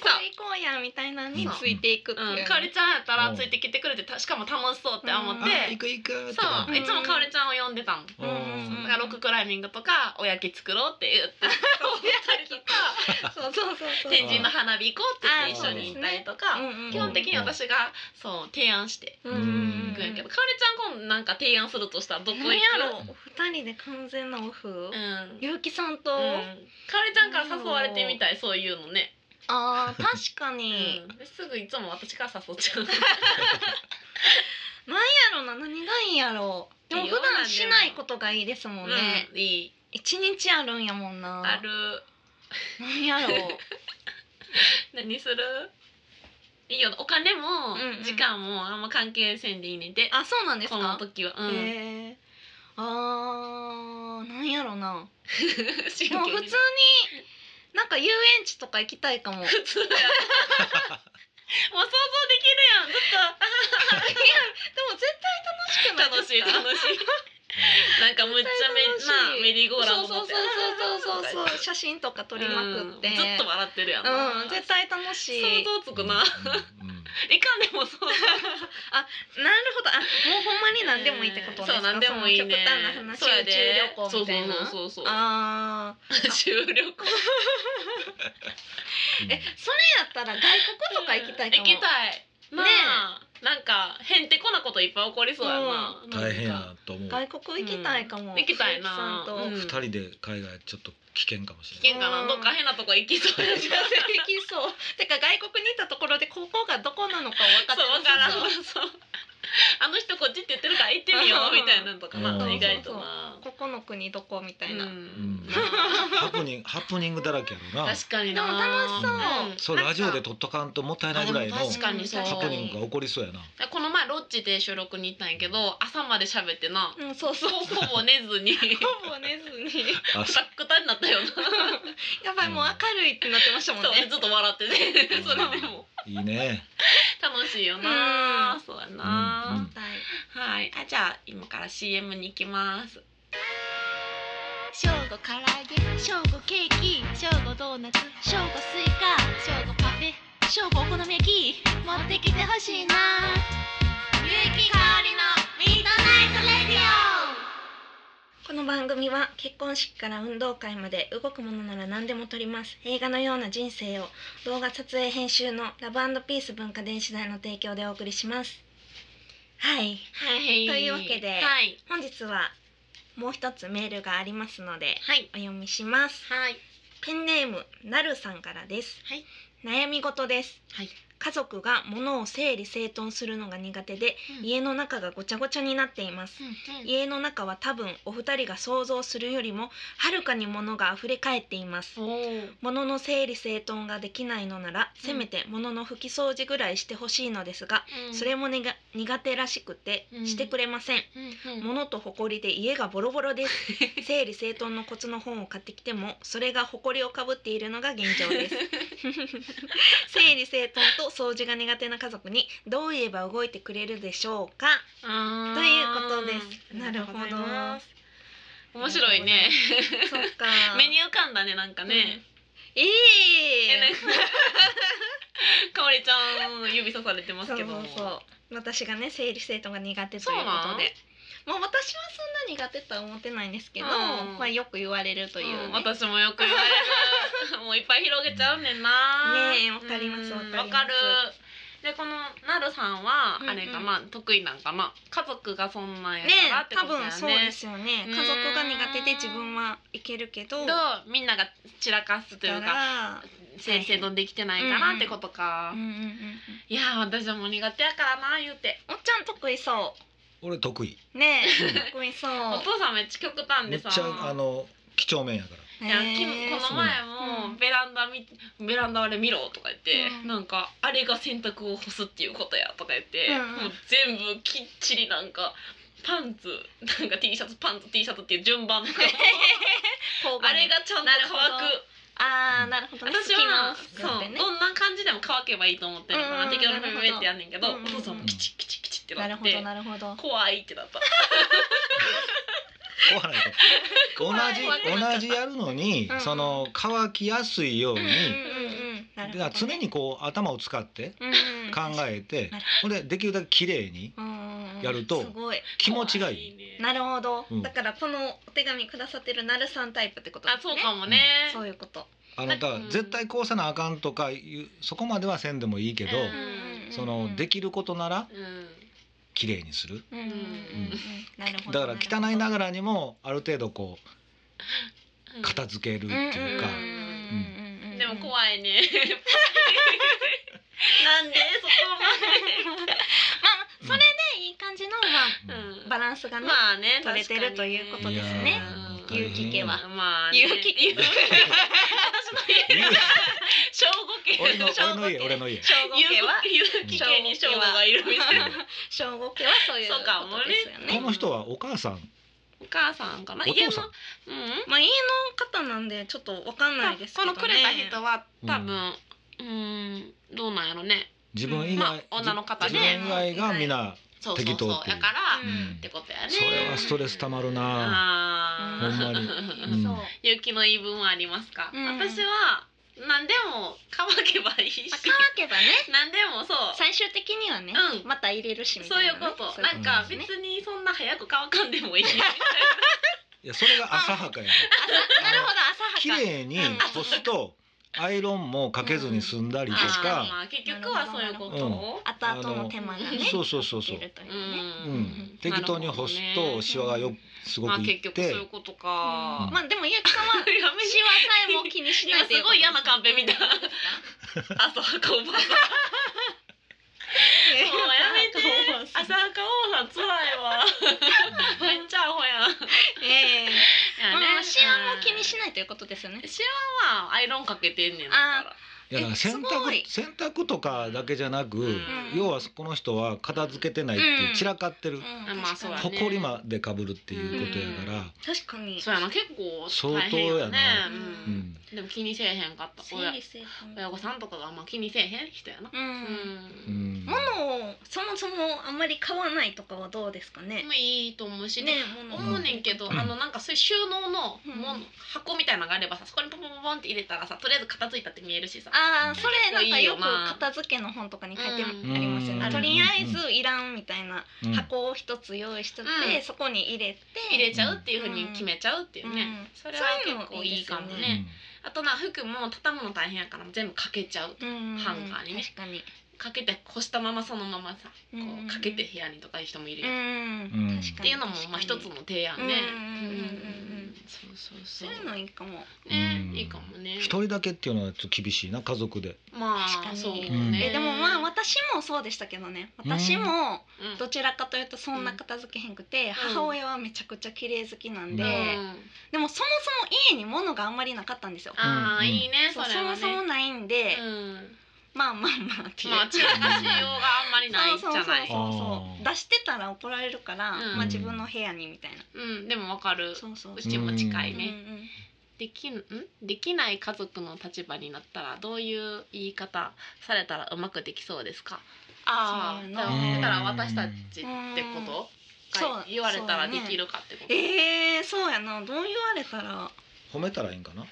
[SPEAKER 2] こ
[SPEAKER 1] そう
[SPEAKER 2] れ行こうやみたいなのについていくっていう、
[SPEAKER 1] ん、かおりちゃんやったらついてきてくれてたしかも楽しそうって思
[SPEAKER 3] あ
[SPEAKER 1] っ
[SPEAKER 2] うん
[SPEAKER 3] ー
[SPEAKER 1] て
[SPEAKER 3] 行、く行くってな
[SPEAKER 1] そういつもかおりちゃんを呼んでたの。
[SPEAKER 3] う
[SPEAKER 1] だ
[SPEAKER 3] ん
[SPEAKER 1] からロッククライミングとかおやき作ろうって言 ってたりとか
[SPEAKER 2] そうそうそうそう
[SPEAKER 1] 天神の花火行こうって言って一緒に行ったりとか、
[SPEAKER 2] うんうん
[SPEAKER 1] 基本的に私がそう提案して
[SPEAKER 2] うんうん
[SPEAKER 1] いくんやけ
[SPEAKER 2] や
[SPEAKER 1] ど、かおりちゃん今度なんか提案するとしたらどこ行く
[SPEAKER 2] ろう二人で完全なオフ、
[SPEAKER 1] うん
[SPEAKER 2] ゆうきさんと、
[SPEAKER 1] うんかおりちゃんから誘われてみたいそういうのね、
[SPEAKER 2] あー確かに、
[SPEAKER 1] うん、すぐいつも私から誘っちゃう
[SPEAKER 2] なんやろな何がいいんやろでも
[SPEAKER 1] いい
[SPEAKER 2] 普
[SPEAKER 1] よ
[SPEAKER 2] 段しないことがいいですもんね
[SPEAKER 1] うんいい
[SPEAKER 2] 一、日あるんやもんな
[SPEAKER 1] ある
[SPEAKER 2] なんやろ
[SPEAKER 1] 何するいいよお金も
[SPEAKER 2] うんうん
[SPEAKER 1] 時間もあんま関係せんでいいねんで、
[SPEAKER 2] あそうなんです
[SPEAKER 1] この
[SPEAKER 2] か
[SPEAKER 1] 時は、う
[SPEAKER 2] へ
[SPEAKER 1] ん
[SPEAKER 2] えー、あーなんやろな
[SPEAKER 1] 真
[SPEAKER 2] もう
[SPEAKER 1] 剣に
[SPEAKER 2] 普通になんか遊園地とか行きたいかもいや
[SPEAKER 1] 普通や もう想像できるやんずっ
[SPEAKER 2] でも絶対楽しくない
[SPEAKER 1] と楽しい
[SPEAKER 2] ですか
[SPEAKER 1] 楽しいなんかむっちゃめ
[SPEAKER 2] 楽しい
[SPEAKER 1] なメリーゴーランド
[SPEAKER 2] そうそう
[SPEAKER 1] 持って
[SPEAKER 2] そうそうそう
[SPEAKER 1] あーとか
[SPEAKER 2] そう写真とか撮りまくって、
[SPEAKER 1] うんずっと笑ってるやんな
[SPEAKER 2] うん絶対楽しい
[SPEAKER 1] 想像つくな、
[SPEAKER 3] うんうん
[SPEAKER 1] いかんでもそう
[SPEAKER 2] なるほどあもうほんまに何でもいいってことですか
[SPEAKER 1] そう何でもいいね
[SPEAKER 2] その極端な話
[SPEAKER 1] そうや
[SPEAKER 2] 宇
[SPEAKER 1] で
[SPEAKER 2] 宙旅行みたいなう
[SPEAKER 1] そうそうそうそう
[SPEAKER 2] あー
[SPEAKER 1] 宇宙旅行
[SPEAKER 2] えそれやったら外国とか行きたいかも、
[SPEAKER 1] 行きたいなあなんかへんてこなこといっぱい起こりそうやな
[SPEAKER 3] うん大変
[SPEAKER 1] な
[SPEAKER 3] や
[SPEAKER 1] んか
[SPEAKER 3] と思う
[SPEAKER 2] 外国行きたいかも、
[SPEAKER 1] うん行きたいな
[SPEAKER 2] さんと、
[SPEAKER 1] うん
[SPEAKER 3] 二人で海外ちょっと危険かもし
[SPEAKER 1] 危
[SPEAKER 3] れ
[SPEAKER 1] 険か
[SPEAKER 2] う
[SPEAKER 1] なんどっか変なとこ行き そうや
[SPEAKER 2] 幸
[SPEAKER 1] し
[SPEAKER 2] せできそうてか外国に行ったところでここがどこなのか分か
[SPEAKER 1] そ
[SPEAKER 2] っ
[SPEAKER 1] う
[SPEAKER 2] て
[SPEAKER 1] わ
[SPEAKER 2] な
[SPEAKER 1] からん
[SPEAKER 2] さそう
[SPEAKER 1] そうあの人こっちって言ってるから行ってみようみたいなのとかな
[SPEAKER 3] うん
[SPEAKER 1] 意外とな
[SPEAKER 2] ここの国どこみたいな、
[SPEAKER 1] う
[SPEAKER 3] うん
[SPEAKER 1] ん
[SPEAKER 3] ないハプニングハプニングだらけやろ な
[SPEAKER 1] 確かに
[SPEAKER 2] で
[SPEAKER 1] な
[SPEAKER 2] も楽しそう、
[SPEAKER 1] うん
[SPEAKER 3] そうラジオで
[SPEAKER 2] 撮
[SPEAKER 3] 撮っとかんともったいないぐらいの
[SPEAKER 1] あでも確か
[SPEAKER 3] ハ
[SPEAKER 1] にそう
[SPEAKER 3] プニングが起こりそうやな
[SPEAKER 1] この前ロッジで収録に行ったんやけど朝まで喋ってな
[SPEAKER 2] うんそうそう
[SPEAKER 1] ほほぼ寝ずに
[SPEAKER 2] ほぼ寝ずに
[SPEAKER 3] あ
[SPEAKER 1] くたくたになったよな
[SPEAKER 2] やばいもう明るいってなってましたもん
[SPEAKER 1] そう
[SPEAKER 2] ね
[SPEAKER 1] ずっと笑っててそれでも
[SPEAKER 3] いいね
[SPEAKER 1] 楽しいよな、
[SPEAKER 2] うん
[SPEAKER 1] そうやな、
[SPEAKER 3] うん
[SPEAKER 2] はい
[SPEAKER 1] はいあじゃあ今から CM に行きます
[SPEAKER 4] 正午唐揚げ正午ケーキ正午ドーナツ正午スイカ正午パフェ正午お好み焼き持ってきてほしいなゆうきかおりのミッドナイトレディ
[SPEAKER 2] この番組は結婚式から運動会まで動くものなら何でも撮ります映画のような人生を動画撮影編集のラブピース文化電子台の提供でお送りしますはい
[SPEAKER 1] はい
[SPEAKER 2] というわけで
[SPEAKER 1] はい
[SPEAKER 2] 本日はもう一つメールがありますので
[SPEAKER 1] はい
[SPEAKER 2] お読みします
[SPEAKER 1] はい
[SPEAKER 2] ペンネームなるさんからです、
[SPEAKER 1] はい
[SPEAKER 2] 悩み事です
[SPEAKER 1] はい
[SPEAKER 2] 家族が物を整理整頓するのが苦手で、
[SPEAKER 1] うん
[SPEAKER 2] 家の中がごちゃごちゃになっています
[SPEAKER 1] うん
[SPEAKER 2] 家の中は多分お二人が想像するよりもはるかに物が溢れ返っています
[SPEAKER 1] そう
[SPEAKER 2] 物の整理整頓ができないのなら、
[SPEAKER 1] うん
[SPEAKER 2] せめて物の拭き掃除ぐらいしてほしいのですが、それ
[SPEAKER 1] も、
[SPEAKER 2] もねが苦手らしくて
[SPEAKER 1] うん
[SPEAKER 2] してくれません、
[SPEAKER 1] うん
[SPEAKER 2] 物とほこりで家がボロボロです 整理整頓のコツの本を買ってきてもそれがほこりをかぶっているのが現状 です整理整頓と掃除が苦手な家族にどう言えば動いてくれるでしょうか
[SPEAKER 1] あー
[SPEAKER 2] ということですなるほど
[SPEAKER 1] ありがとうございます面白いね
[SPEAKER 2] そっか
[SPEAKER 1] 目に浮かんだねなんかね、
[SPEAKER 2] え
[SPEAKER 1] えなん
[SPEAKER 2] え
[SPEAKER 1] かかおりちゃん指さされてます
[SPEAKER 2] そう
[SPEAKER 1] け
[SPEAKER 2] そう
[SPEAKER 1] ど
[SPEAKER 2] そう私がね生理整頓が苦手と
[SPEAKER 1] そ
[SPEAKER 2] いううこ
[SPEAKER 1] なん
[SPEAKER 2] とでまあ私はそんな苦手とは思ってないんですけど、
[SPEAKER 1] うん
[SPEAKER 2] まあよく言われるというね、
[SPEAKER 1] ん私もよく言われ るもういっぱい広げちゃうねんな
[SPEAKER 2] ねえわかります
[SPEAKER 1] うん
[SPEAKER 2] わかります
[SPEAKER 1] わかるでこのなるさんは、
[SPEAKER 2] うんうん
[SPEAKER 1] あれかな得意なんかな家族がそんなんや
[SPEAKER 2] ね
[SPEAKER 1] からってこ
[SPEAKER 2] 多
[SPEAKER 1] とだよ
[SPEAKER 2] 分
[SPEAKER 1] ね
[SPEAKER 2] そうですよね
[SPEAKER 1] うん
[SPEAKER 2] 家族が苦手で自分はいけるけど
[SPEAKER 1] ど
[SPEAKER 2] だ
[SPEAKER 1] うみんなが散らかすというか
[SPEAKER 2] ら
[SPEAKER 1] 先生のできてないかなってことか、
[SPEAKER 2] うんうんうんうん
[SPEAKER 1] いやー私はもう苦手やからな言うて
[SPEAKER 2] おっちゃん得意そ
[SPEAKER 3] 俺得意
[SPEAKER 2] うねえ得意そう
[SPEAKER 1] お父さんめっちゃ極端
[SPEAKER 3] め
[SPEAKER 1] で
[SPEAKER 3] っち
[SPEAKER 1] さ
[SPEAKER 3] ゃあの几帳面やから
[SPEAKER 1] いやき
[SPEAKER 2] ねえ
[SPEAKER 1] この前もベランダ見ベランダあれ見ろとか言って、
[SPEAKER 2] うん
[SPEAKER 1] なんかあれが洗濯を干すっていうことやとか言って、
[SPEAKER 2] うんうん
[SPEAKER 1] もう全部きっちりなんかパンツなんか T シャツパンツ T シャツっていう順 番のあれ
[SPEAKER 2] が
[SPEAKER 1] がちゃんと
[SPEAKER 2] なるほど
[SPEAKER 1] 乾く
[SPEAKER 2] あーなるほどね
[SPEAKER 1] 私は
[SPEAKER 2] 隙
[SPEAKER 1] そ
[SPEAKER 2] 間
[SPEAKER 1] う、
[SPEAKER 2] があってね
[SPEAKER 1] どんな感じでも乾けばいいと思ってるか
[SPEAKER 2] う
[SPEAKER 1] ら
[SPEAKER 2] ん
[SPEAKER 1] 適当にふめってやんねんけど、
[SPEAKER 2] なる
[SPEAKER 1] お
[SPEAKER 2] ほど
[SPEAKER 1] 父さんもキチキチキチってな
[SPEAKER 2] なる
[SPEAKER 1] っ
[SPEAKER 2] ほ
[SPEAKER 1] て
[SPEAKER 2] どなるほど
[SPEAKER 1] 怖いってなった
[SPEAKER 3] 壊ないと同
[SPEAKER 1] 怖い
[SPEAKER 3] じ同じやるのに、
[SPEAKER 2] うん
[SPEAKER 3] その乾きやすいように、
[SPEAKER 2] うんうんうんなるほど
[SPEAKER 3] だか
[SPEAKER 2] ね
[SPEAKER 3] ら常にこう頭を使って
[SPEAKER 2] うんうん
[SPEAKER 3] 考えて、
[SPEAKER 2] なる
[SPEAKER 3] ほんでできるだけ綺麗に
[SPEAKER 2] うん
[SPEAKER 3] やると
[SPEAKER 2] すごい
[SPEAKER 3] 気持ちがいい。
[SPEAKER 1] 怖ね
[SPEAKER 2] なるほど、
[SPEAKER 3] うん
[SPEAKER 2] だからこのお手紙くださってるなるさんタイプってことです
[SPEAKER 1] あ
[SPEAKER 2] ね
[SPEAKER 1] そうかもね、
[SPEAKER 2] そういうこと
[SPEAKER 3] あのだから
[SPEAKER 1] うん
[SPEAKER 3] 絶対こうさなあかんとかいうそこまではせんでもいいけど、
[SPEAKER 1] うん
[SPEAKER 3] そので
[SPEAKER 2] き
[SPEAKER 3] きることなら
[SPEAKER 1] うん
[SPEAKER 3] 綺麗にする。
[SPEAKER 2] うんうんうんうんなるほど
[SPEAKER 3] だから汚いながらにもある程度こ
[SPEAKER 1] う
[SPEAKER 3] うん片付けるっていうか、
[SPEAKER 1] うんうん
[SPEAKER 2] うんう ん
[SPEAKER 1] でも怖いね
[SPEAKER 2] なんでそこまでまあそれでいい感じのま
[SPEAKER 1] う
[SPEAKER 3] う
[SPEAKER 1] ん
[SPEAKER 3] ん
[SPEAKER 2] あバランスがね、
[SPEAKER 1] まあね
[SPEAKER 2] 取れてる
[SPEAKER 1] 確かにね
[SPEAKER 2] ということ
[SPEAKER 3] い
[SPEAKER 2] で
[SPEAKER 3] や
[SPEAKER 2] す
[SPEAKER 3] ー
[SPEAKER 2] ね
[SPEAKER 3] もう大変
[SPEAKER 2] 勇気家は
[SPEAKER 1] まあ、
[SPEAKER 2] 勇気
[SPEAKER 1] 勇気正午系
[SPEAKER 3] 俺の
[SPEAKER 2] 正午
[SPEAKER 3] 俺の家
[SPEAKER 2] 系
[SPEAKER 3] 俺 の家。
[SPEAKER 2] 正午家は
[SPEAKER 1] 勇気系に正午がいるみたいな
[SPEAKER 2] 正午家はそういう
[SPEAKER 1] そうかもね
[SPEAKER 2] ことですよね
[SPEAKER 3] この人はお母さん、
[SPEAKER 1] お母さんかな
[SPEAKER 3] お父さ
[SPEAKER 1] 家
[SPEAKER 3] ん
[SPEAKER 1] のうん
[SPEAKER 2] まあ家の方なんでちょっとわかんないですけ
[SPEAKER 1] こ
[SPEAKER 2] どね
[SPEAKER 1] のくれた人は
[SPEAKER 3] うん
[SPEAKER 1] 多分うーんどうなんやろね
[SPEAKER 3] 自分以外、
[SPEAKER 1] まあ女の方で
[SPEAKER 3] 自分以外がみんな、
[SPEAKER 1] そうそうそう
[SPEAKER 3] 適当っていう
[SPEAKER 1] やから、
[SPEAKER 2] う
[SPEAKER 3] うん
[SPEAKER 2] ん
[SPEAKER 1] ってことやね
[SPEAKER 3] それはストレス溜まるな。
[SPEAKER 1] あー
[SPEAKER 3] ほんまに うん
[SPEAKER 2] そう
[SPEAKER 1] 勇気の言い分はありますか、
[SPEAKER 2] うん
[SPEAKER 1] 私は何でも乾けばいいし
[SPEAKER 2] まあ乾けばね
[SPEAKER 1] 何でもそう
[SPEAKER 2] 最終的にはね、
[SPEAKER 1] うん
[SPEAKER 2] また入れるしみた
[SPEAKER 1] そう
[SPEAKER 2] い
[SPEAKER 1] い
[SPEAKER 2] な
[SPEAKER 1] う
[SPEAKER 2] ね、
[SPEAKER 1] こと
[SPEAKER 2] そうい
[SPEAKER 1] なん
[SPEAKER 2] う
[SPEAKER 1] か
[SPEAKER 2] こと
[SPEAKER 1] 別
[SPEAKER 2] ね
[SPEAKER 1] にそんな早く乾かんでも いい
[SPEAKER 3] いやそれが浅はかや。
[SPEAKER 2] あなるほど
[SPEAKER 3] 綺
[SPEAKER 2] 浅はか
[SPEAKER 3] 麗に干すとアイロンもかけずに済んだりと
[SPEAKER 1] あー
[SPEAKER 3] か、
[SPEAKER 1] まあ結局はそういうことを、
[SPEAKER 2] 後々の手間がね
[SPEAKER 3] そうそうそうそ
[SPEAKER 2] 入
[SPEAKER 3] う
[SPEAKER 2] れ。るといううんね、
[SPEAKER 3] うん、適当に干す
[SPEAKER 1] なるほど
[SPEAKER 3] と
[SPEAKER 1] ね
[SPEAKER 3] シワがよすご
[SPEAKER 1] まあ
[SPEAKER 3] く
[SPEAKER 1] 結
[SPEAKER 3] いっ
[SPEAKER 1] 局そうい
[SPEAKER 3] て
[SPEAKER 1] うことか、
[SPEAKER 2] まあでもゆうきさんはシワ
[SPEAKER 1] やめし
[SPEAKER 2] さえも気にしない
[SPEAKER 1] 今
[SPEAKER 2] とい
[SPEAKER 1] す
[SPEAKER 2] う
[SPEAKER 1] ご
[SPEAKER 2] こと
[SPEAKER 1] い嫌なカンペ見た
[SPEAKER 2] うん
[SPEAKER 1] 朝墓おばさんもうやめて朝墓おばさんつらいわ めっちゃアホやん
[SPEAKER 2] ええ
[SPEAKER 1] や
[SPEAKER 2] まあ
[SPEAKER 1] ね
[SPEAKER 2] シワも気にしないということですよね
[SPEAKER 1] シワはアイロンかけてんねんだから
[SPEAKER 3] いやだか
[SPEAKER 2] え
[SPEAKER 3] ら洗
[SPEAKER 2] すごい
[SPEAKER 3] 濯洗濯とかだけじゃなく、
[SPEAKER 1] うん
[SPEAKER 3] 要はこの人は片付けてないっていう
[SPEAKER 2] うん
[SPEAKER 3] 散らかってる、
[SPEAKER 2] う
[SPEAKER 1] まあそうだね
[SPEAKER 3] ほこりまでかぶるっていうことやから、
[SPEAKER 2] 確かに
[SPEAKER 1] そうやな結構大変よね
[SPEAKER 2] 相当やな
[SPEAKER 1] う
[SPEAKER 3] うんん
[SPEAKER 1] でも気にせえへんかった親
[SPEAKER 2] 整理整
[SPEAKER 1] 親
[SPEAKER 2] 頓
[SPEAKER 1] 御さんとかがあんま気にせえへん人やな
[SPEAKER 2] う
[SPEAKER 1] うん
[SPEAKER 3] うんん
[SPEAKER 2] 物をそもそもあんまり買わないとかはどうですかね
[SPEAKER 1] でもいいと思うし
[SPEAKER 2] ね
[SPEAKER 1] ね
[SPEAKER 2] 物を
[SPEAKER 1] 思うねんけど、
[SPEAKER 3] うん
[SPEAKER 1] あのなんかそういう収納の
[SPEAKER 2] うん
[SPEAKER 1] もの箱みたいなのがあればさそこにポンポンポンポンって入れたらさとりあえず片付いたって見えるしさ
[SPEAKER 2] ああそれなんかよく
[SPEAKER 1] 多いよな
[SPEAKER 2] 片付けの本とかに書いてあ
[SPEAKER 1] うん
[SPEAKER 2] りますよね、
[SPEAKER 1] うん
[SPEAKER 2] とりあえずいらんみたいな
[SPEAKER 3] うん
[SPEAKER 2] 箱を一つ用意しとって、
[SPEAKER 1] うん
[SPEAKER 2] そこに入れて
[SPEAKER 1] 入れちゃうっていうふうに決めちゃうっていうね、
[SPEAKER 2] うん
[SPEAKER 1] それは結構いいかもね
[SPEAKER 2] そういうのもいいですよ
[SPEAKER 1] あとな服も畳むの大変やから全部かけちゃう
[SPEAKER 2] うん
[SPEAKER 1] ハンガーにね
[SPEAKER 2] 確かに
[SPEAKER 1] かけて干したままそのままさこ
[SPEAKER 2] うん
[SPEAKER 1] うかけて部屋にとかいう人もいる
[SPEAKER 2] う
[SPEAKER 1] やん、っ
[SPEAKER 2] ん、
[SPEAKER 3] うん
[SPEAKER 2] 確かに
[SPEAKER 1] ていうのもまあ
[SPEAKER 2] 確
[SPEAKER 1] 一
[SPEAKER 2] か
[SPEAKER 1] つ
[SPEAKER 2] に
[SPEAKER 1] の提案ね
[SPEAKER 2] うんうんうんうんうん
[SPEAKER 1] んそうそうそ
[SPEAKER 2] そういう
[SPEAKER 1] う
[SPEAKER 2] のいいかも
[SPEAKER 1] ね、
[SPEAKER 3] うん
[SPEAKER 1] いいかもね
[SPEAKER 3] 一人だけっていうのはちょっと厳しいな家族で、
[SPEAKER 1] ま
[SPEAKER 2] 確か
[SPEAKER 1] あ
[SPEAKER 2] に
[SPEAKER 1] そうね、
[SPEAKER 2] えでもまあ私もそうでしたけどね
[SPEAKER 3] うん
[SPEAKER 2] 私も
[SPEAKER 1] うん
[SPEAKER 2] どちらかというとそんな片付けへんくて、母親はめちゃくちゃ綺麗好きなんで、
[SPEAKER 3] うん
[SPEAKER 2] でもそもそも家に物があんまりなかったんですよ。
[SPEAKER 1] ああ、
[SPEAKER 3] うん
[SPEAKER 1] いいね
[SPEAKER 2] そ
[SPEAKER 1] そうれ
[SPEAKER 2] そ
[SPEAKER 1] は
[SPEAKER 2] も
[SPEAKER 1] ね
[SPEAKER 2] そもないんで、
[SPEAKER 1] うん
[SPEAKER 2] まあまあまあっていう。
[SPEAKER 1] まあ散らかしようがあんまりないじゃ
[SPEAKER 2] そうそうそう
[SPEAKER 1] ない
[SPEAKER 2] そう出してたら怒られるから、
[SPEAKER 1] うん
[SPEAKER 2] まあ自分の部屋にみたいな。
[SPEAKER 1] うんでもわかる
[SPEAKER 2] そうそう
[SPEAKER 1] う
[SPEAKER 2] そう。
[SPEAKER 1] ちも近い
[SPEAKER 2] うん
[SPEAKER 1] ね、できんんできない家族の立場になったらどういう言い方されたらうまくできそうですかあ
[SPEAKER 2] そう
[SPEAKER 1] あ
[SPEAKER 2] や
[SPEAKER 1] だ
[SPEAKER 2] な
[SPEAKER 1] だから私たちってこ
[SPEAKER 2] うん
[SPEAKER 1] と
[SPEAKER 2] そう
[SPEAKER 1] が言われたら
[SPEAKER 2] そう
[SPEAKER 1] で
[SPEAKER 2] やね
[SPEAKER 1] きるかってこと、
[SPEAKER 2] ええー、そうやな。どう言われたら。
[SPEAKER 3] 褒めたらいいんかな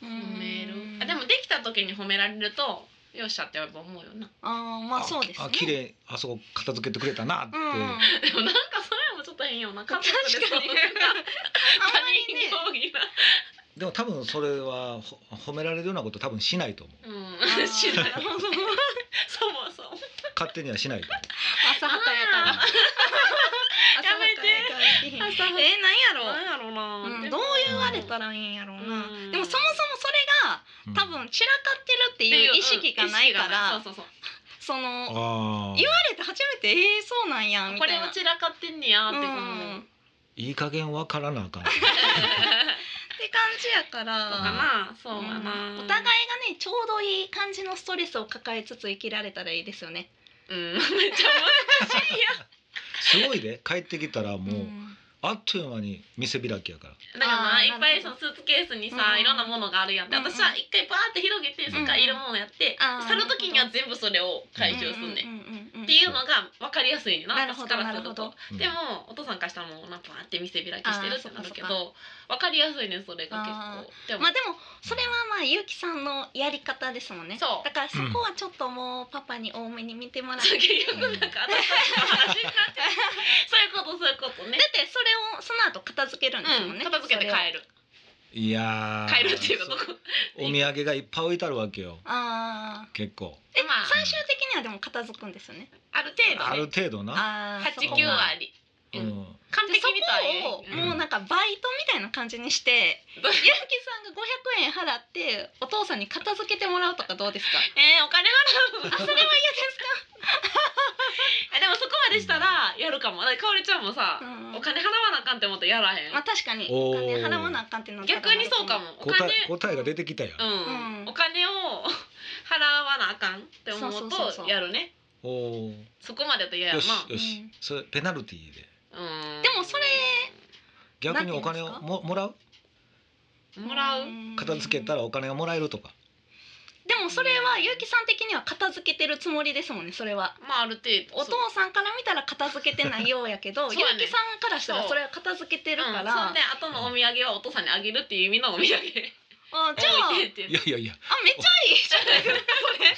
[SPEAKER 1] 褒める
[SPEAKER 2] うん
[SPEAKER 1] あでもできた時に褒められるとよっしゃってやっぱ思うよな
[SPEAKER 2] あーまあそうですね。
[SPEAKER 3] あ綺麗あそこ片付けてくれたなって、
[SPEAKER 2] うん。あんま
[SPEAKER 1] でもなんかそれもちょっと変よな家族で
[SPEAKER 2] 確か
[SPEAKER 1] そう
[SPEAKER 2] に
[SPEAKER 1] いうなんか
[SPEAKER 2] りね。
[SPEAKER 1] 他人行儀な、
[SPEAKER 3] でも多分それはほ褒められるようなこと多分しないと思う
[SPEAKER 2] あ
[SPEAKER 1] う
[SPEAKER 2] ー
[SPEAKER 1] んしない
[SPEAKER 2] なるほど
[SPEAKER 1] そもそも
[SPEAKER 3] 勝手にはしないと思う
[SPEAKER 2] 浅はかやから。
[SPEAKER 1] あ
[SPEAKER 2] 浅はかやからできへん。
[SPEAKER 1] 浅はか
[SPEAKER 2] えー、なんやろ
[SPEAKER 1] なんやろうな、
[SPEAKER 2] う。
[SPEAKER 1] で
[SPEAKER 2] ん、
[SPEAKER 1] も
[SPEAKER 2] どう言われたらいいんやろうな。
[SPEAKER 1] うん
[SPEAKER 2] でもそもそもそれが
[SPEAKER 3] う ん
[SPEAKER 2] 多分散らかってるっていう意識がないか
[SPEAKER 1] う
[SPEAKER 2] ら
[SPEAKER 1] ん意識がない、そうそうそう
[SPEAKER 2] その言わ
[SPEAKER 3] ああ
[SPEAKER 2] れて初めてえー、そうなんやみ
[SPEAKER 1] こ
[SPEAKER 2] たい
[SPEAKER 1] れ
[SPEAKER 2] な。
[SPEAKER 1] は散らかってんねやってこ
[SPEAKER 2] うん
[SPEAKER 1] の
[SPEAKER 3] いい加減わからなあかん
[SPEAKER 2] って感じや
[SPEAKER 1] か
[SPEAKER 2] から。
[SPEAKER 1] な、そう
[SPEAKER 2] うん
[SPEAKER 1] かな、
[SPEAKER 2] お互いがねちょうどいい感じの ストレスを抱えつつ生きられたらいいですよね。
[SPEAKER 1] うんめっちゃ難しいや
[SPEAKER 3] すごいで帰ってきたらもう、
[SPEAKER 2] ん
[SPEAKER 3] あっという間に店開きやから
[SPEAKER 1] だから
[SPEAKER 2] あ
[SPEAKER 1] な
[SPEAKER 2] ー
[SPEAKER 1] いっぱいそのスーツケースにさ、
[SPEAKER 2] うん
[SPEAKER 1] いろんなものがあるやんって、
[SPEAKER 2] うんうん
[SPEAKER 1] 私は一回バーって広げてそっからいるものやって、
[SPEAKER 2] あー
[SPEAKER 1] 去る時には全部それを回収すんね、ん
[SPEAKER 2] ううんうんうん
[SPEAKER 1] っていうのが分かりやすいねんな
[SPEAKER 2] なるほ
[SPEAKER 1] 私
[SPEAKER 2] ど
[SPEAKER 1] からす
[SPEAKER 2] な
[SPEAKER 1] る
[SPEAKER 2] るほ
[SPEAKER 1] と
[SPEAKER 2] ど。
[SPEAKER 3] うん
[SPEAKER 1] でもお父さんからしたらもうなんかバーって店開きしてるってなるけ
[SPEAKER 2] あーそ
[SPEAKER 1] ど分かりやすいねんそれが結
[SPEAKER 2] あ
[SPEAKER 1] 構。でも
[SPEAKER 2] まあでもそれはまあゆうきさんのやり方ですもんね
[SPEAKER 1] そう
[SPEAKER 2] だからそこはちょっともうパパに多めに見てもらっ
[SPEAKER 1] 結
[SPEAKER 2] て、
[SPEAKER 1] 局なんか私たちの話になってそういうことそういうことね
[SPEAKER 2] だ。ってそれをその後片付けるんですもん
[SPEAKER 1] う
[SPEAKER 2] ね、
[SPEAKER 1] ん、片付けて
[SPEAKER 2] それを
[SPEAKER 1] 帰る
[SPEAKER 3] いやー
[SPEAKER 1] 帰るっていうこと
[SPEAKER 3] そお土産がいっぱい置いてあるわけよ
[SPEAKER 2] ああ
[SPEAKER 3] 結構
[SPEAKER 1] えまあ
[SPEAKER 2] 最終的にはでも片付くんですよね
[SPEAKER 1] ある程
[SPEAKER 3] あ
[SPEAKER 1] 度
[SPEAKER 3] る
[SPEAKER 1] ね
[SPEAKER 3] 程度な、
[SPEAKER 2] ああ
[SPEAKER 1] 八
[SPEAKER 3] 89
[SPEAKER 1] 九
[SPEAKER 3] は
[SPEAKER 1] 割う
[SPEAKER 3] う
[SPEAKER 1] ん
[SPEAKER 3] ん、
[SPEAKER 1] 完
[SPEAKER 2] でそ
[SPEAKER 1] 璧みたい
[SPEAKER 2] こを
[SPEAKER 3] うん
[SPEAKER 2] もうなんかバイトみたいな感じにして、ゆうきさんが500円払ってお父さんに片付けてもらうとかどうですか？
[SPEAKER 1] えー、お金払うそれは嫌ですか えでもそこまでしたらやるかもだってかおりちゃんもさ、
[SPEAKER 2] うん
[SPEAKER 1] お金払わなあかんって思ったらやらへん、
[SPEAKER 2] まあ確かにお
[SPEAKER 3] おー
[SPEAKER 2] 金払わなあかんってなったら
[SPEAKER 1] 逆にそうかも。お
[SPEAKER 3] 答
[SPEAKER 1] 金
[SPEAKER 3] え答えが出てきたやん、
[SPEAKER 1] うん、
[SPEAKER 2] うん
[SPEAKER 1] お金を 払わなあかんって思
[SPEAKER 2] そう
[SPEAKER 1] う
[SPEAKER 2] そうそうそう
[SPEAKER 1] とやるね
[SPEAKER 3] おおー
[SPEAKER 1] そこまでだと嫌や
[SPEAKER 3] よ
[SPEAKER 1] な
[SPEAKER 3] しよし、
[SPEAKER 2] うん
[SPEAKER 3] それペナルティーで
[SPEAKER 1] うん
[SPEAKER 2] でもそれ
[SPEAKER 3] 逆にお金
[SPEAKER 2] な
[SPEAKER 3] を
[SPEAKER 2] んて
[SPEAKER 3] ももらう
[SPEAKER 1] もらう、
[SPEAKER 3] 片付けた
[SPEAKER 2] ら
[SPEAKER 3] らお金がもらえるとか、
[SPEAKER 2] でもそれはゆうきさん的には片付けてるつもりですもんねそれは
[SPEAKER 1] まあある程度
[SPEAKER 2] お父さんから見たら片付けてないようやけど、
[SPEAKER 1] そう
[SPEAKER 2] ゆう
[SPEAKER 1] やね
[SPEAKER 2] きさんからしたら
[SPEAKER 1] そう
[SPEAKER 2] それは片付けてるか
[SPEAKER 1] うん、そ
[SPEAKER 2] ら、
[SPEAKER 1] んで後のお土産はお父さんにあげるっていう意味のお土産
[SPEAKER 2] あじゃああ
[SPEAKER 1] 置
[SPEAKER 2] め
[SPEAKER 1] い
[SPEAKER 2] っ
[SPEAKER 1] っ
[SPEAKER 2] て
[SPEAKER 1] て
[SPEAKER 3] いやいやいや
[SPEAKER 2] ちゃいいじゃないですかそれ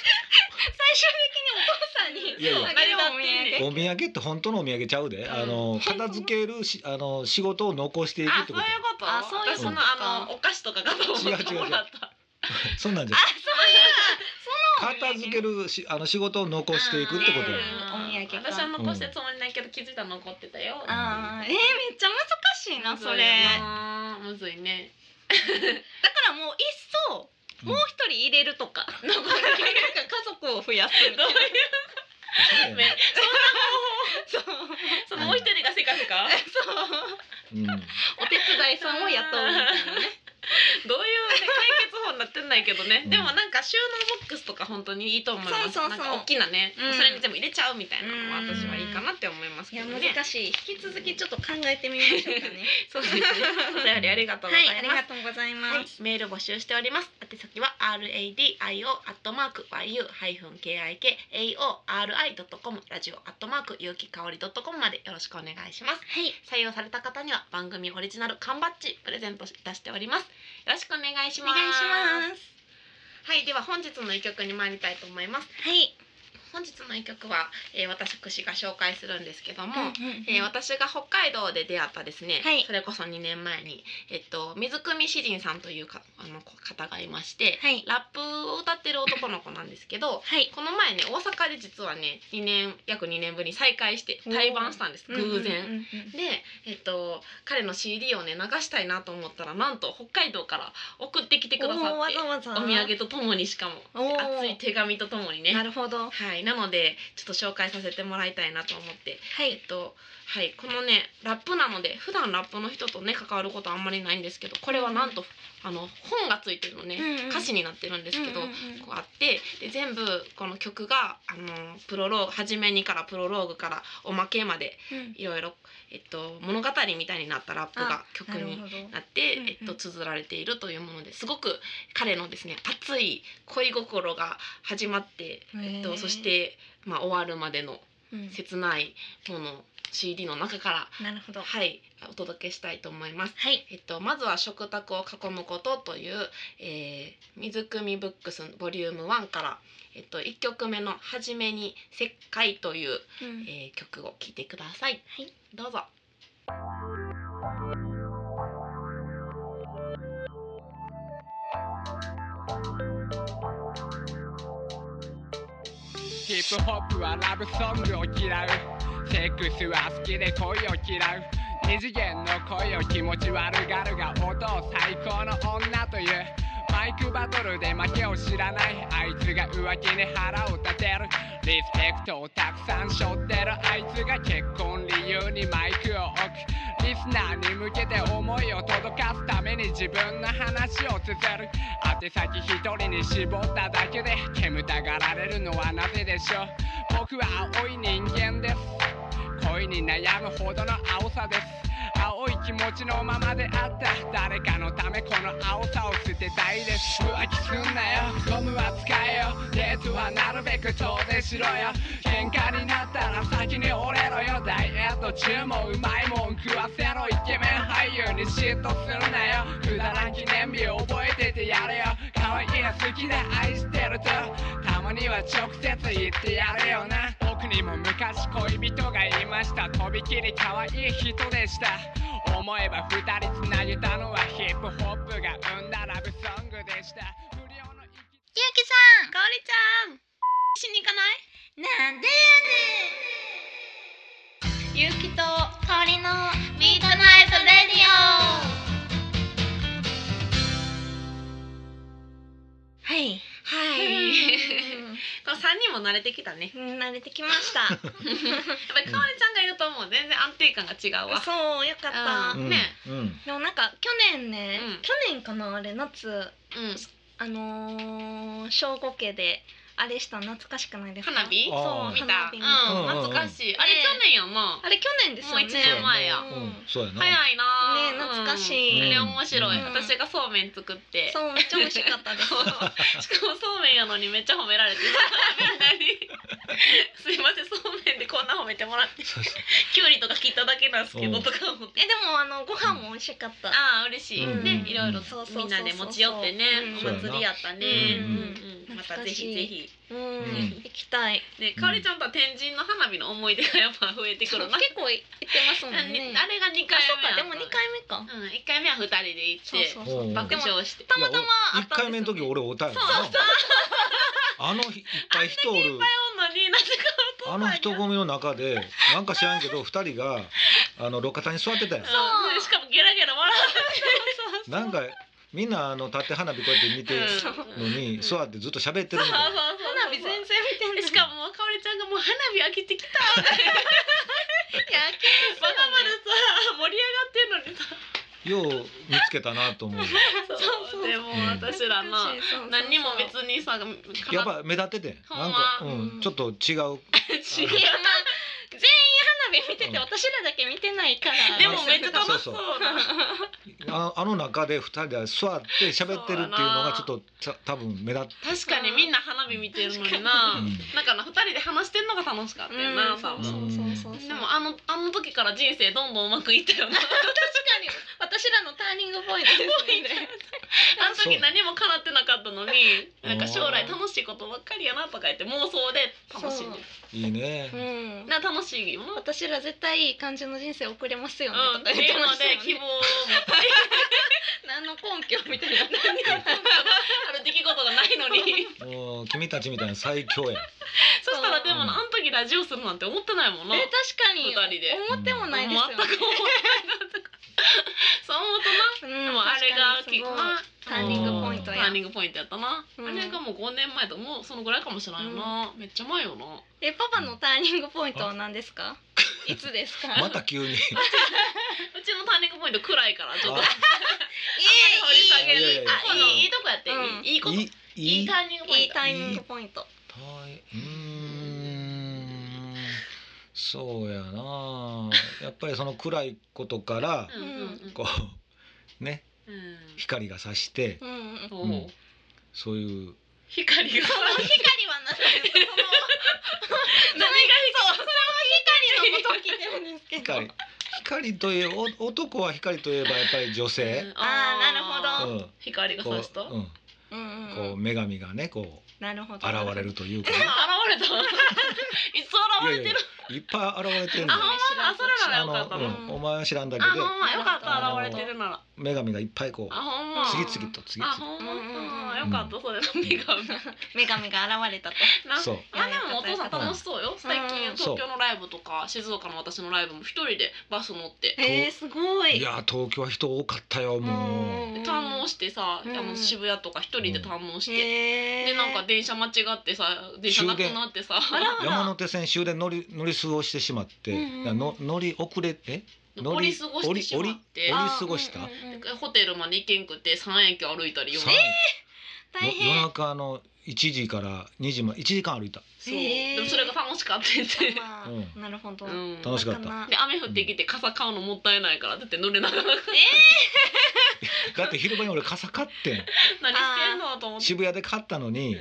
[SPEAKER 2] 最終的にお父さんに
[SPEAKER 3] いやい
[SPEAKER 2] あ
[SPEAKER 3] や
[SPEAKER 2] げるお土
[SPEAKER 1] え
[SPEAKER 2] 産
[SPEAKER 3] お土産って本当のお土産ちゃうで、
[SPEAKER 1] ん
[SPEAKER 3] あの片付けるしあの仕事を残していく
[SPEAKER 1] あ
[SPEAKER 3] っ
[SPEAKER 1] そ
[SPEAKER 3] て
[SPEAKER 1] う
[SPEAKER 3] こ
[SPEAKER 1] いうこと
[SPEAKER 2] あそういうこと
[SPEAKER 1] 私のあのお菓子とかがと思
[SPEAKER 3] 違う違う
[SPEAKER 1] って
[SPEAKER 3] 違う
[SPEAKER 1] もらった
[SPEAKER 3] とそんなんじゃ
[SPEAKER 2] あ
[SPEAKER 3] ない
[SPEAKER 2] そういう
[SPEAKER 3] 片付けるしあの仕事を残していくってこ
[SPEAKER 2] だ
[SPEAKER 3] とや
[SPEAKER 2] よ
[SPEAKER 1] うん
[SPEAKER 2] お土産か
[SPEAKER 1] 私は残してるつもりないけど気づいたら残ってたよ
[SPEAKER 2] あーえー、めっちゃ難しいなそれ
[SPEAKER 1] うんむずいね
[SPEAKER 2] だからもういっそもう一人入れるとか、なんか家族を増やすみたいな
[SPEAKER 3] そうやね
[SPEAKER 2] そう
[SPEAKER 1] そのもう一人がせかせか
[SPEAKER 2] そう
[SPEAKER 3] うん
[SPEAKER 2] お手伝いさんを雇うみたいなね
[SPEAKER 1] どういう、ね、解決法になってないけどね、
[SPEAKER 3] うん
[SPEAKER 1] でもなんか収納ボックスとか本当にいいと思います
[SPEAKER 2] そうそうそう
[SPEAKER 1] なんか大きなね、
[SPEAKER 2] うん
[SPEAKER 1] それに全部入れちゃうみたいなのは
[SPEAKER 2] うん
[SPEAKER 1] 私はいいかなって思います
[SPEAKER 2] い
[SPEAKER 1] け
[SPEAKER 2] や
[SPEAKER 1] ど
[SPEAKER 2] 難
[SPEAKER 1] ね、
[SPEAKER 2] しい引き続きちょっと考えてみましょうかね
[SPEAKER 1] そうですねお便りありがと うござ
[SPEAKER 2] は
[SPEAKER 1] い
[SPEAKER 2] いあり
[SPEAKER 1] ます、
[SPEAKER 2] がとうございます、
[SPEAKER 1] はい、メール募集しております。宛先は r a d i o アットマーク y u ハイフン k i k a o r i ドットコムラジオアットマーク有機香りドットコムまでよろしくお願いします。
[SPEAKER 2] はい、
[SPEAKER 1] 採用された方には番組オリジナル缶バッジプレゼントいたしております。よろしくお願いし
[SPEAKER 2] お
[SPEAKER 1] ます。
[SPEAKER 2] 願いします
[SPEAKER 1] はい、では本日の一曲に参りたいと思います。
[SPEAKER 2] はい、
[SPEAKER 1] 本日の一曲は、えー、私が紹介するんですけども、えー
[SPEAKER 2] えー
[SPEAKER 1] 私が北海道で出会ったですね、
[SPEAKER 2] はい
[SPEAKER 1] それこそ2年前に、えっと、水汲詩人さんというかあのこ方がいまして、
[SPEAKER 2] はい
[SPEAKER 1] ラップを歌ってる男の子なんですけど
[SPEAKER 2] はい
[SPEAKER 1] この前ね大阪で実はね2年約2年ぶりに再会して対バンしたんです偶然。
[SPEAKER 2] うんうんうん
[SPEAKER 1] で、えっと、彼の CD をね流したいなと思ったらなんと北海道から送ってきてくださ
[SPEAKER 2] おーわ
[SPEAKER 1] って
[SPEAKER 2] ざわざ
[SPEAKER 1] お土産とともにしかも
[SPEAKER 2] おー
[SPEAKER 1] 熱い手紙とともにね
[SPEAKER 2] なるほどは
[SPEAKER 1] はい、なのでちょっと紹介させてもらいたいなと思って、え
[SPEAKER 2] い
[SPEAKER 1] っとはい、このねラップなので普段ラップの人とね関わることあんまりないんですけどこれはなんとあの本がついてるのね、
[SPEAKER 2] うんうん
[SPEAKER 1] 歌詞になってるんですけど、
[SPEAKER 2] うんうんうん
[SPEAKER 1] こうあってで全部この曲があのプロローグ初めにからプロローグからおまけまで
[SPEAKER 2] うん
[SPEAKER 1] いろいろ、えっと、物語みたいになったラップが曲
[SPEAKER 2] なる
[SPEAKER 1] に
[SPEAKER 2] ほど
[SPEAKER 1] なって、
[SPEAKER 2] うんうん
[SPEAKER 1] えっと、綴られているというものですごく彼のですね熱い恋心が始まって、えっ
[SPEAKER 2] へ
[SPEAKER 1] と、
[SPEAKER 2] ー
[SPEAKER 1] そして、まあ、終わるまでの
[SPEAKER 2] うん
[SPEAKER 1] 切ないもの CD の中から、
[SPEAKER 2] なるほど
[SPEAKER 1] はい、お届けしたいと思います。
[SPEAKER 2] はい
[SPEAKER 1] えっと、まずは「食卓を囲むこと」という、えー水汲みブックスボリューム1から、えっと、1曲目の「はじめに石灰」という
[SPEAKER 2] うん
[SPEAKER 1] えー曲を聴いてください。
[SPEAKER 2] はい、
[SPEAKER 1] どうぞ。
[SPEAKER 5] ヒップホップはラブソングを嫌うセックスは好きで恋を嫌う二次元の恋を気持ち悪がるが音を最高の女というマイクバトルで負けを知らないあいつが浮気に腹を立てるリスペクトをたくさん背負ってるあいつが結婚理由にマイクを置くリスナーに向けて思いを届かすために自分の話を綴る宛先一人に絞っただけで煙たがられるのはなぜでしょう僕は青い人間です恋恋に悩むほどの青さです青い気持ちのままであった誰かのためこの青さを捨てたいです浮気すんなよゴムは使えよデートはなるべく遠出しろよ喧嘩になったら先に折れろよダイエット中もうまいもん食わせろイケメン俳優に嫉妬するなよくだらん記念日覚えててやれよ可愛いな好きだ愛してるとたまには直接言ってやれよな僕にも昔恋人がいましたとびきり可愛い人でした思えば二人つなげたのはヒップホップが生んだラブソングでした不良の息
[SPEAKER 4] ゆうきさんかおりちゃんしに行かないなんでやねんゆうきとかおりのミートナイトレディオ
[SPEAKER 2] はい。
[SPEAKER 1] はい。この三人も慣れてきたね。
[SPEAKER 2] うん慣れてきま し た。
[SPEAKER 1] やっぱりかわりちゃんがいるともう全然安定感が違うわ。
[SPEAKER 2] そう、よかった。
[SPEAKER 1] うんね
[SPEAKER 3] うん
[SPEAKER 2] でもなんか去年ね、
[SPEAKER 1] うん
[SPEAKER 2] 去年かなあれ夏
[SPEAKER 1] うん。
[SPEAKER 2] あのー、小五家であれしたの懐かしくないですか
[SPEAKER 1] 花火？
[SPEAKER 2] そう
[SPEAKER 3] あー
[SPEAKER 1] 見
[SPEAKER 2] 花
[SPEAKER 1] た。うん
[SPEAKER 2] 火見た
[SPEAKER 3] うんうんうん
[SPEAKER 1] 懐かしい。あれ去年やんな。
[SPEAKER 2] あれ去年ですよね
[SPEAKER 1] もう一年前や
[SPEAKER 2] うん
[SPEAKER 3] うんそうやな
[SPEAKER 1] 早いな。
[SPEAKER 2] ね懐かし
[SPEAKER 1] うん
[SPEAKER 2] い、
[SPEAKER 1] あれ面白い。
[SPEAKER 2] うん
[SPEAKER 1] 私がそうめん作って。
[SPEAKER 2] そうめっちゃ美味しかったです
[SPEAKER 1] そうしかもそうめんやのにめっちゃ褒められてみんなに「すいませんそうめんでこんな褒めてもらって
[SPEAKER 3] そうそう
[SPEAKER 1] きゅうりとか切っただけなんですけど」
[SPEAKER 3] うん
[SPEAKER 1] とか思って
[SPEAKER 2] えでもあのご飯も美味しかった、
[SPEAKER 1] ああ嬉しい
[SPEAKER 3] うん
[SPEAKER 1] ね
[SPEAKER 3] うん
[SPEAKER 1] いろいろ
[SPEAKER 2] そうそうそうそう
[SPEAKER 1] みんなで持ち寄ってねお
[SPEAKER 3] うん
[SPEAKER 1] 祭りやったね
[SPEAKER 2] うん
[SPEAKER 1] うんうんまた
[SPEAKER 2] 懐
[SPEAKER 1] ぜ
[SPEAKER 2] かし
[SPEAKER 1] ひ
[SPEAKER 2] い
[SPEAKER 1] ぜひ
[SPEAKER 2] うん、
[SPEAKER 3] うん
[SPEAKER 2] 行きたい
[SPEAKER 1] ねかおりちゃんとは天神の花火の思い出がやっぱ増えてくるな
[SPEAKER 2] 結構行ってますもん
[SPEAKER 1] あ
[SPEAKER 2] ね
[SPEAKER 1] にあれが2回目
[SPEAKER 2] あそうかで
[SPEAKER 1] や
[SPEAKER 2] も二回目か
[SPEAKER 1] うん1回目は2人で行っ
[SPEAKER 2] そう
[SPEAKER 1] て
[SPEAKER 2] そう
[SPEAKER 3] お
[SPEAKER 2] そうう
[SPEAKER 1] 爆笑して
[SPEAKER 2] たまたまあ
[SPEAKER 3] 一
[SPEAKER 2] った
[SPEAKER 3] 回
[SPEAKER 2] ん
[SPEAKER 3] 目
[SPEAKER 2] で
[SPEAKER 3] の
[SPEAKER 2] すよ
[SPEAKER 3] 時俺おたよなあの日いっ ぱい人おる
[SPEAKER 1] なのになぜかお父
[SPEAKER 3] あの
[SPEAKER 1] さん
[SPEAKER 3] 人混みの中でなんか知らんけど二人があの路肩に座ってたよ
[SPEAKER 1] うんねしかもゲラゲラ笑
[SPEAKER 3] なんかみんなあの立って花火こうやって見てる
[SPEAKER 1] ってうん
[SPEAKER 3] のに座ってずっと喋ってるみたいな
[SPEAKER 1] 花
[SPEAKER 2] 花火全然見てない
[SPEAKER 1] でしかもかおりちゃんがもう花火飽きてきたって
[SPEAKER 2] いや
[SPEAKER 1] まだまださ盛り上がってんのにさ
[SPEAKER 3] よう見つけたなと思う
[SPEAKER 1] そうでも私らな何にも別にさ
[SPEAKER 3] やっぱ目立っててなんか、
[SPEAKER 1] ほ
[SPEAKER 3] うん
[SPEAKER 2] ま
[SPEAKER 3] ん、ちょっと違う
[SPEAKER 1] 違
[SPEAKER 2] いやまあ全員花火見てて私らだけ見てないから
[SPEAKER 1] でもめっちゃ楽しそうな
[SPEAKER 3] ああの中で二人で座って喋ってるっていうのがちょっとた多分目立って、
[SPEAKER 1] 確かにみんな花火見てるのにななんかな二人で話してんのが楽しかったよな、さ
[SPEAKER 2] うんんそうそうそうそう
[SPEAKER 1] でもあのあの時から人生どんどんうまくいったよな
[SPEAKER 2] 確かに私らのターニングポイントですね。
[SPEAKER 1] あの時何も叶ってなかったのに
[SPEAKER 3] そう
[SPEAKER 1] なんか将来楽しいことばっかりやなとか言って妄想で楽しんでる
[SPEAKER 3] いいね、
[SPEAKER 2] うん。
[SPEAKER 1] な楽しいよな
[SPEAKER 2] 私ら絶対いい感じの人生送れますよね
[SPEAKER 1] うん、
[SPEAKER 2] と
[SPEAKER 1] テ
[SPEAKER 2] か言って
[SPEAKER 1] ー
[SPEAKER 2] ま
[SPEAKER 1] マ
[SPEAKER 2] したよ
[SPEAKER 1] で希
[SPEAKER 2] ね。
[SPEAKER 1] 望を持って
[SPEAKER 2] 何の根拠みたいな。
[SPEAKER 1] ある出来事がないのに
[SPEAKER 3] もう君たちみたいな最強や
[SPEAKER 1] そしたらでも
[SPEAKER 3] うん
[SPEAKER 1] なあの時ラジオするなんて思ってないもんな
[SPEAKER 2] え確かに
[SPEAKER 1] 二人で
[SPEAKER 2] 思ってもないですよね
[SPEAKER 1] 全。く思ってないなとかそう思うとな
[SPEAKER 2] うん
[SPEAKER 1] でもあれが結構な
[SPEAKER 2] ターニングポイントや
[SPEAKER 1] ターニングポイントやったな、
[SPEAKER 2] うん
[SPEAKER 1] あれがもう5年前ともうそのぐらいかもしれないよな、めっちゃ前よな
[SPEAKER 2] えパパのターニングポイントは何ですか？いつですか？
[SPEAKER 3] また 急に
[SPEAKER 1] うちのターニングポイント暗いからちょっとあんま
[SPEAKER 3] あ
[SPEAKER 1] り掘り下げる
[SPEAKER 3] いいいい
[SPEAKER 1] あいいいいとこやって、
[SPEAKER 2] うん
[SPEAKER 1] いいいいことい
[SPEAKER 3] い
[SPEAKER 1] い
[SPEAKER 3] いいい
[SPEAKER 1] ターニングポ
[SPEAKER 2] い
[SPEAKER 1] イン
[SPEAKER 2] い
[SPEAKER 1] ト
[SPEAKER 2] ターニングポイント。
[SPEAKER 3] たいうーんそうやなやっぱりその暗いことから
[SPEAKER 1] うんうんうん
[SPEAKER 3] こうね
[SPEAKER 1] うん
[SPEAKER 3] 光が差して
[SPEAKER 2] うんうん。光
[SPEAKER 1] そう
[SPEAKER 3] うんそういう
[SPEAKER 1] 光が
[SPEAKER 2] は何ですか？
[SPEAKER 1] 何が
[SPEAKER 2] そのその光のことを聞いてるんですけど。
[SPEAKER 3] 光光といえお男は光といえばやっぱり女性、
[SPEAKER 1] うん
[SPEAKER 2] あーなるほど
[SPEAKER 1] あ
[SPEAKER 3] う
[SPEAKER 1] ー
[SPEAKER 3] ん、
[SPEAKER 1] 光が
[SPEAKER 3] こう、う
[SPEAKER 1] 差
[SPEAKER 3] ん、
[SPEAKER 1] した、
[SPEAKER 3] こ
[SPEAKER 2] うんうんう。
[SPEAKER 3] うん女神がねこう
[SPEAKER 2] なるほど。
[SPEAKER 3] 現れるというか、ね、
[SPEAKER 1] あ現れた いつ
[SPEAKER 3] い
[SPEAKER 1] 現
[SPEAKER 3] や
[SPEAKER 1] れ
[SPEAKER 3] い
[SPEAKER 1] て
[SPEAKER 3] や
[SPEAKER 1] る
[SPEAKER 3] いっぱい現れてるん
[SPEAKER 1] あ
[SPEAKER 3] だよ
[SPEAKER 1] ほんまだあそれならよかった
[SPEAKER 3] あ
[SPEAKER 1] な、
[SPEAKER 3] の、うん、お前は知らんだけ
[SPEAKER 1] あ
[SPEAKER 3] で
[SPEAKER 1] ほんまよかった現れてるなら
[SPEAKER 3] 女神がいっぱいこ
[SPEAKER 1] あ
[SPEAKER 3] う
[SPEAKER 1] ほんま
[SPEAKER 3] 次々と次
[SPEAKER 1] あ
[SPEAKER 3] 々と
[SPEAKER 1] ほんま
[SPEAKER 2] うんうんうん
[SPEAKER 1] よかったそれの目が
[SPEAKER 2] 女神が現れたと。
[SPEAKER 1] な
[SPEAKER 3] そう
[SPEAKER 1] あでもお父さん楽しそうよ最近
[SPEAKER 2] うん
[SPEAKER 1] 東京のライブとか静岡の私のライブも一人でバス乗って
[SPEAKER 2] えー、すごい。
[SPEAKER 3] いや東京は人多かったよもう
[SPEAKER 1] 堪能してさあ
[SPEAKER 2] うん
[SPEAKER 1] の渋谷とか一人で堪能して
[SPEAKER 2] へー
[SPEAKER 1] でなんか電車間違ってさ電車なくなってさ
[SPEAKER 2] あらあら
[SPEAKER 3] 山手線終電乗り乗り過ごしてしまって、
[SPEAKER 2] うんうん
[SPEAKER 3] の乗り遅れえ乗
[SPEAKER 1] 乗り過ごしてしまっ
[SPEAKER 3] 降
[SPEAKER 1] て
[SPEAKER 3] り過ごした
[SPEAKER 2] あーうんうんうん
[SPEAKER 1] ホテルまで行けんくて3駅歩いたりよ
[SPEAKER 3] さあ
[SPEAKER 2] 大
[SPEAKER 3] よ夜
[SPEAKER 2] 変。
[SPEAKER 3] 中の1時から2時まで1時間歩いた、
[SPEAKER 1] そう
[SPEAKER 2] へー
[SPEAKER 1] でもそれが楽しかったって言って
[SPEAKER 2] まあ、
[SPEAKER 3] う
[SPEAKER 2] なるほど、
[SPEAKER 1] うん
[SPEAKER 3] 楽しかった
[SPEAKER 2] な
[SPEAKER 1] で雨降ってきて傘買うのもったいないからだって乗れながら何し
[SPEAKER 3] だって昼間に俺傘買ってん
[SPEAKER 1] てんのと思って、
[SPEAKER 3] 渋谷で買ったのに、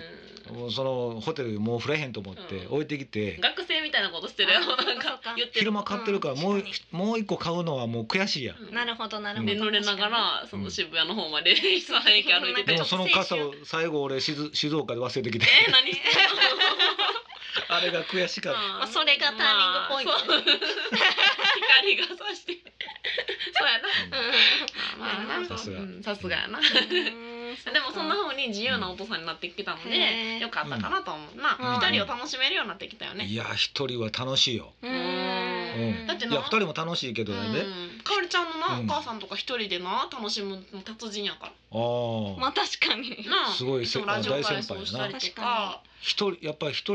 [SPEAKER 1] う
[SPEAKER 3] もうそのホテルもう触れへんと思って
[SPEAKER 1] うん
[SPEAKER 3] 置いてきて
[SPEAKER 1] ん、学生みたいなことしてるよ
[SPEAKER 2] あ
[SPEAKER 1] なん
[SPEAKER 2] そっ
[SPEAKER 1] か
[SPEAKER 2] か
[SPEAKER 1] 言ってる
[SPEAKER 3] 昼間買ってるからも
[SPEAKER 2] う
[SPEAKER 3] うんもう一個買うのはもう悔しいやん
[SPEAKER 1] うん
[SPEAKER 2] なるほどなるほど
[SPEAKER 1] で乗れながらその渋谷の方まで一番駅歩いて
[SPEAKER 2] で
[SPEAKER 1] て「
[SPEAKER 3] でもその傘を最後俺静静岡で忘れてきて
[SPEAKER 1] え何してん
[SPEAKER 3] あれが悔しか
[SPEAKER 1] の
[SPEAKER 3] っ
[SPEAKER 2] まあそれがターニングポイント
[SPEAKER 1] まあそう光が差してそうやな
[SPEAKER 3] た、うん
[SPEAKER 1] まあまあな
[SPEAKER 3] さすが
[SPEAKER 1] うんさすがやな
[SPEAKER 2] うんうん
[SPEAKER 1] でもそんな風に自由なお父さんになってきたの
[SPEAKER 2] へ
[SPEAKER 1] で
[SPEAKER 2] ー
[SPEAKER 1] よかったかなと思うな
[SPEAKER 2] うん
[SPEAKER 1] 二人を楽しめるようになってきたよね
[SPEAKER 3] いや一人は楽しいよ、
[SPEAKER 2] う
[SPEAKER 1] うん
[SPEAKER 2] ん
[SPEAKER 1] だって
[SPEAKER 3] い
[SPEAKER 1] な
[SPEAKER 3] や二人も楽しいけどね、
[SPEAKER 1] うんかおりちゃんのな
[SPEAKER 3] う
[SPEAKER 1] お
[SPEAKER 3] ん
[SPEAKER 1] 母さんとか一人でな楽しむの達人やか
[SPEAKER 3] ああ、
[SPEAKER 2] まあ確かに
[SPEAKER 1] らな
[SPEAKER 3] すごい
[SPEAKER 1] つもラジオ体操したりと
[SPEAKER 2] 大先輩や
[SPEAKER 1] か
[SPEAKER 2] な
[SPEAKER 3] 一人やっぱり一人、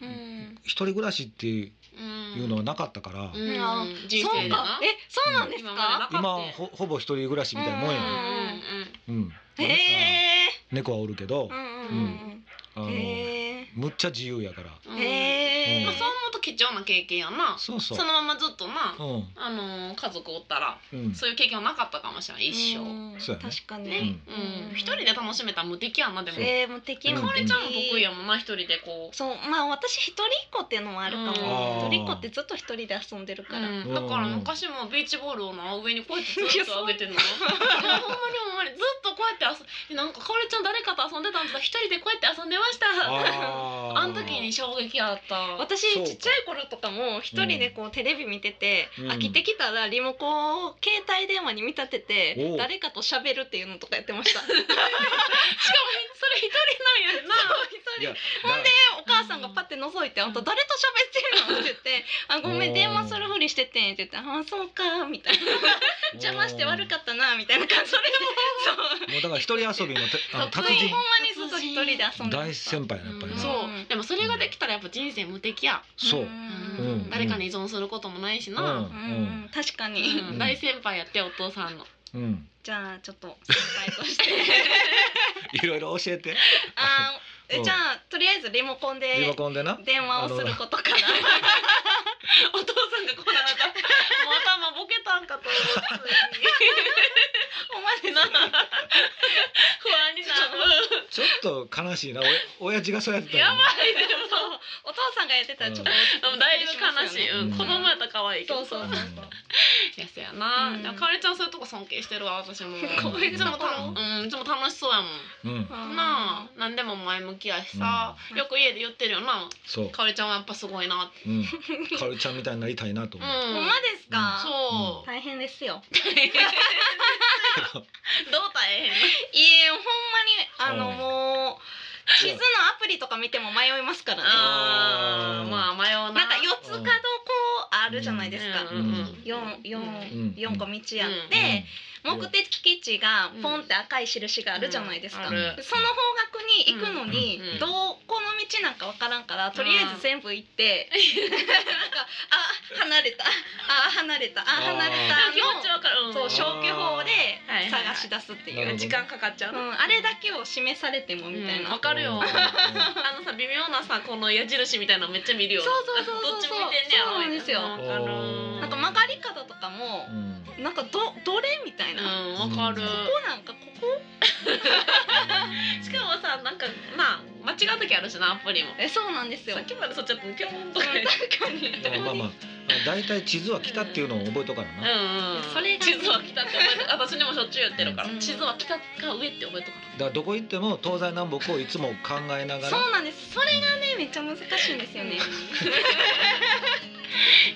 [SPEAKER 2] うん
[SPEAKER 3] 一人暮らしっていう
[SPEAKER 1] うん
[SPEAKER 3] いうのはなかったから、
[SPEAKER 1] うん
[SPEAKER 2] あ
[SPEAKER 1] 人生で
[SPEAKER 2] そうか
[SPEAKER 1] な
[SPEAKER 2] えそうなんです
[SPEAKER 1] 今ま
[SPEAKER 2] か、
[SPEAKER 1] でな
[SPEAKER 3] 今
[SPEAKER 1] かった
[SPEAKER 3] ほほぼ一人暮らしみたいなもんや
[SPEAKER 1] うん
[SPEAKER 2] う、
[SPEAKER 3] うん
[SPEAKER 2] へえ
[SPEAKER 3] 猫はおるけど、
[SPEAKER 2] うんうん
[SPEAKER 3] あ
[SPEAKER 2] うん
[SPEAKER 3] の
[SPEAKER 2] へえ
[SPEAKER 3] むっちゃ自由やから、
[SPEAKER 1] うんうん
[SPEAKER 2] へえ
[SPEAKER 1] まあそう思うと貴重な経験やな
[SPEAKER 3] そうそう
[SPEAKER 1] そのままずっとな
[SPEAKER 3] うん
[SPEAKER 1] あのー家族おったら
[SPEAKER 3] うん
[SPEAKER 1] そういう経験はなかったかもしれない一生うん
[SPEAKER 3] そうやね
[SPEAKER 2] 確かに、
[SPEAKER 1] ね
[SPEAKER 2] うん
[SPEAKER 1] 一人で楽しめたら無敵やなでも
[SPEAKER 2] えー、もう敵
[SPEAKER 3] うん
[SPEAKER 2] も
[SPEAKER 1] かおりちゃんも得意やもんな一人でこう
[SPEAKER 2] そうまあ私一人っ子っていうのもあるかも、
[SPEAKER 1] うん
[SPEAKER 2] 一人っ子ってずっと一人で遊んでるから、
[SPEAKER 1] うんだから昔もビーチボールをな上にこうやってずっと上げてんのいやほんまにほんまにずっとこうやって遊んなんかかおりちゃん誰かと遊んでたんですが一人でこうやって遊んでました
[SPEAKER 3] あー
[SPEAKER 1] あん時に衝撃あった
[SPEAKER 2] 私
[SPEAKER 3] そうか
[SPEAKER 2] ちっちゃい頃とかも一人でこうテレビ見てて、
[SPEAKER 3] うん
[SPEAKER 2] 飽きてきたらリモコンを携帯電話に見立てて、
[SPEAKER 3] おう
[SPEAKER 2] 誰かと喋るっていうのとかやってま したで
[SPEAKER 1] しかもそれ一人なんやんな
[SPEAKER 3] いや
[SPEAKER 2] お母さんがパッて覗いて「あんた誰と喋ってるの?」って言って「あごめ
[SPEAKER 3] お
[SPEAKER 2] ん
[SPEAKER 3] う
[SPEAKER 2] 電話するふりしてて」って言って「あそうか」みたいな「邪魔して悪か
[SPEAKER 3] っ
[SPEAKER 2] ったな」みたいな感じでそう
[SPEAKER 3] たもうだから一人遊びのてあの
[SPEAKER 1] 得
[SPEAKER 3] 達
[SPEAKER 1] 意
[SPEAKER 2] ほん
[SPEAKER 3] 人
[SPEAKER 2] まにずっと一人で遊んでました
[SPEAKER 3] 大先輩やなやっぱり
[SPEAKER 1] うん
[SPEAKER 3] な、
[SPEAKER 1] そうでもそれができたらやっぱ人生無敵や、
[SPEAKER 3] そう、
[SPEAKER 1] うん
[SPEAKER 3] うん
[SPEAKER 1] 誰かに依存することもないしな、
[SPEAKER 3] うん
[SPEAKER 2] うん、確かに、
[SPEAKER 1] うん大先輩やってお父さんの
[SPEAKER 3] うん、
[SPEAKER 2] じゃあちょっと先輩として
[SPEAKER 3] いろいろ教えて
[SPEAKER 2] あー
[SPEAKER 3] う
[SPEAKER 2] え
[SPEAKER 3] ん
[SPEAKER 2] じゃあとりあえずリモコンで
[SPEAKER 3] リモコンでな
[SPEAKER 2] 電話をすることから
[SPEAKER 1] お父さんがこうなったもう頭ボケたんかと思って
[SPEAKER 2] お前で
[SPEAKER 1] な不安になる
[SPEAKER 3] ちょっと悲しいなお親父がそうやってたの
[SPEAKER 1] やばいで
[SPEAKER 2] そう
[SPEAKER 1] も
[SPEAKER 2] お父さんがやってたらちょっと、
[SPEAKER 1] でもだいぶ悲しい、
[SPEAKER 3] う
[SPEAKER 1] うんん、子供やったら可愛いけど
[SPEAKER 2] そうそうそう
[SPEAKER 1] やそやな、
[SPEAKER 2] うん
[SPEAKER 1] でもかおりちゃんそういうとこ尊敬してるわ私も
[SPEAKER 3] こういう
[SPEAKER 1] つも
[SPEAKER 3] ところ
[SPEAKER 1] うんいつも楽しそうやもん
[SPEAKER 3] うん、うん、
[SPEAKER 1] なあ何でも前向きやしさ、
[SPEAKER 2] うん
[SPEAKER 1] よく家で言ってるよな
[SPEAKER 3] そう、
[SPEAKER 1] かおりちゃんはやっぱすごいなって
[SPEAKER 3] うん、カルちゃんみたいになりたいなと
[SPEAKER 1] うん
[SPEAKER 3] 思う、
[SPEAKER 2] ほんまですか、
[SPEAKER 1] そう、
[SPEAKER 2] 大変ですよ
[SPEAKER 1] どう大変
[SPEAKER 2] いえほんまにあの、
[SPEAKER 3] うん
[SPEAKER 2] もう地図のアプリとか見ても迷いますからね
[SPEAKER 1] あ
[SPEAKER 3] あ
[SPEAKER 1] あ
[SPEAKER 3] ー
[SPEAKER 1] まあ迷うな
[SPEAKER 2] なんか四つ角こうあるじゃないですか、
[SPEAKER 1] うんうん
[SPEAKER 2] 四四
[SPEAKER 3] ん
[SPEAKER 2] 四個道あっ
[SPEAKER 1] う
[SPEAKER 2] て、目的地がポンって赤い印があるじゃないですか、
[SPEAKER 1] うんある
[SPEAKER 2] その方角に行くのに、
[SPEAKER 1] うん
[SPEAKER 2] どうこの道なんかわからんからとりあえず全部行って、なんかあ離れたあ離れたあ離れ
[SPEAKER 1] でも
[SPEAKER 2] た
[SPEAKER 1] 気持ち
[SPEAKER 2] の
[SPEAKER 1] わかる、うん、
[SPEAKER 2] そう消去法で
[SPEAKER 1] はいはい
[SPEAKER 2] 探し出すっていう、
[SPEAKER 3] なるほど
[SPEAKER 1] 時間かかっちゃう
[SPEAKER 2] う
[SPEAKER 1] な、
[SPEAKER 2] ん、あれだけを示されてもみたい
[SPEAKER 1] うん
[SPEAKER 2] な、
[SPEAKER 1] わかるよ
[SPEAKER 3] うん
[SPEAKER 1] あのさ微妙なさこの矢印みたいなのめっちゃ見るよ
[SPEAKER 2] そうそうそうそう
[SPEAKER 1] どっち向いてんねやろ
[SPEAKER 2] そうなんですよ
[SPEAKER 1] わかる
[SPEAKER 2] なんか曲がり方とかも
[SPEAKER 3] う、ん
[SPEAKER 2] なんかどどれみたいな、こ
[SPEAKER 1] うんわかる、
[SPEAKER 3] うん
[SPEAKER 2] こなんかここ
[SPEAKER 1] しかもさなんかな間違う時あるしなアプリも
[SPEAKER 2] えそうなんですよ
[SPEAKER 1] さっきまでそっちだったのにピョーンとかね
[SPEAKER 2] 確かに
[SPEAKER 3] で もまあまあ大体地図は来たっていうのを覚えとかな、
[SPEAKER 1] うんうん、
[SPEAKER 2] それが
[SPEAKER 1] 地図は北って覚えて私にもしょっちゅう言ってるから、
[SPEAKER 2] うん
[SPEAKER 1] 地図は北か上って覚えとか
[SPEAKER 3] だからどこ行っても東西南北をいつも考えながら
[SPEAKER 2] そうなんですそれがねめっちゃ難しいんですよね、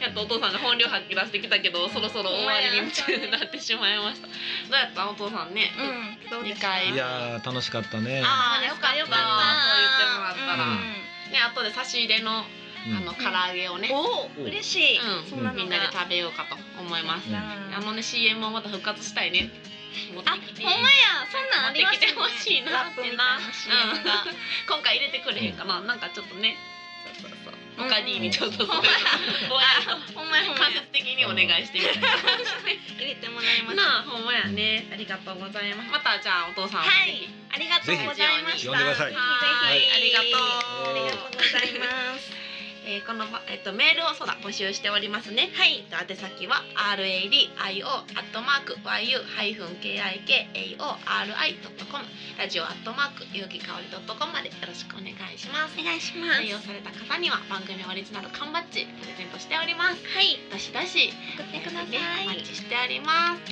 [SPEAKER 1] やっとお父さんが本領発揮出してきたけどそろそろ終わりになってしまいましたどうやったお父さんね、
[SPEAKER 2] うん、どうで
[SPEAKER 1] 二
[SPEAKER 2] すか
[SPEAKER 1] 回
[SPEAKER 3] いやー楽しかったね
[SPEAKER 1] ああよかった
[SPEAKER 2] よ
[SPEAKER 1] そう
[SPEAKER 2] かっ
[SPEAKER 1] 言っ
[SPEAKER 2] た
[SPEAKER 1] てもらったら、ね後で差し入れのあ
[SPEAKER 3] うん
[SPEAKER 1] の唐揚げをね、
[SPEAKER 2] うん、お嬉しい、
[SPEAKER 1] うん
[SPEAKER 2] そんなの
[SPEAKER 1] み
[SPEAKER 2] が
[SPEAKER 1] んなで食べようかと思います、
[SPEAKER 3] べ
[SPEAKER 2] うん
[SPEAKER 1] あのね CM もまた復活したいね持って
[SPEAKER 2] あ、ほん
[SPEAKER 1] きて
[SPEAKER 2] まや、そんなんありましたね
[SPEAKER 1] 持ってきてほしいなってな
[SPEAKER 2] ラップみたいな CM が
[SPEAKER 1] 今回入れてくれへんかな、なんかちょっとねそうそうそうオカディにちょっとそれを
[SPEAKER 2] ほんまやほんまやほんま
[SPEAKER 1] 間
[SPEAKER 2] や
[SPEAKER 1] 接的にお願いしてみたい
[SPEAKER 2] 入れてもらいま
[SPEAKER 1] なな
[SPEAKER 2] した
[SPEAKER 1] あほん まやねありがとうございますまたじゃあお父さんも
[SPEAKER 2] はいありがとうございました
[SPEAKER 3] ぜひ呼んでください
[SPEAKER 2] ぜ
[SPEAKER 1] はい
[SPEAKER 2] ひぜひ
[SPEAKER 1] ありがと
[SPEAKER 2] ありがとうございます
[SPEAKER 1] えーこのば、えっと、メールをそうだ募集しておりますね。はい、えっと、宛先は r a d i o アットマーク y u ハイフン k i k a o r i ドットコムラジオアットマークゆうきかおりドットコムまでよろしくお願いします。
[SPEAKER 2] お願いします。は
[SPEAKER 1] 採用された方には番組オリジナル缶バッジプレゼントしております。
[SPEAKER 2] い、
[SPEAKER 1] どしどし
[SPEAKER 2] 送って
[SPEAKER 1] ね
[SPEAKER 2] くださ
[SPEAKER 1] お
[SPEAKER 2] い。
[SPEAKER 1] 待ちしております。え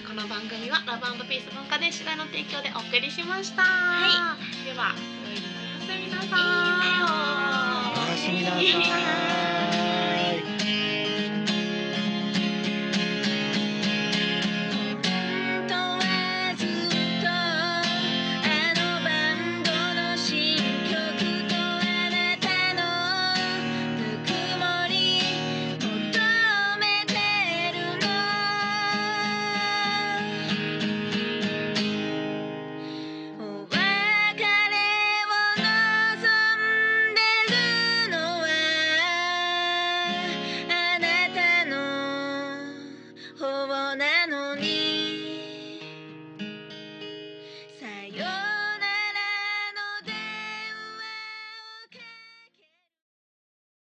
[SPEAKER 1] ーこの番組はラブピース文化電子代の提供でお送りしました。
[SPEAKER 2] は
[SPEAKER 1] では、良い夜をおやすみなさ
[SPEAKER 2] い
[SPEAKER 1] い。
[SPEAKER 2] いねよ
[SPEAKER 3] おやすみなさい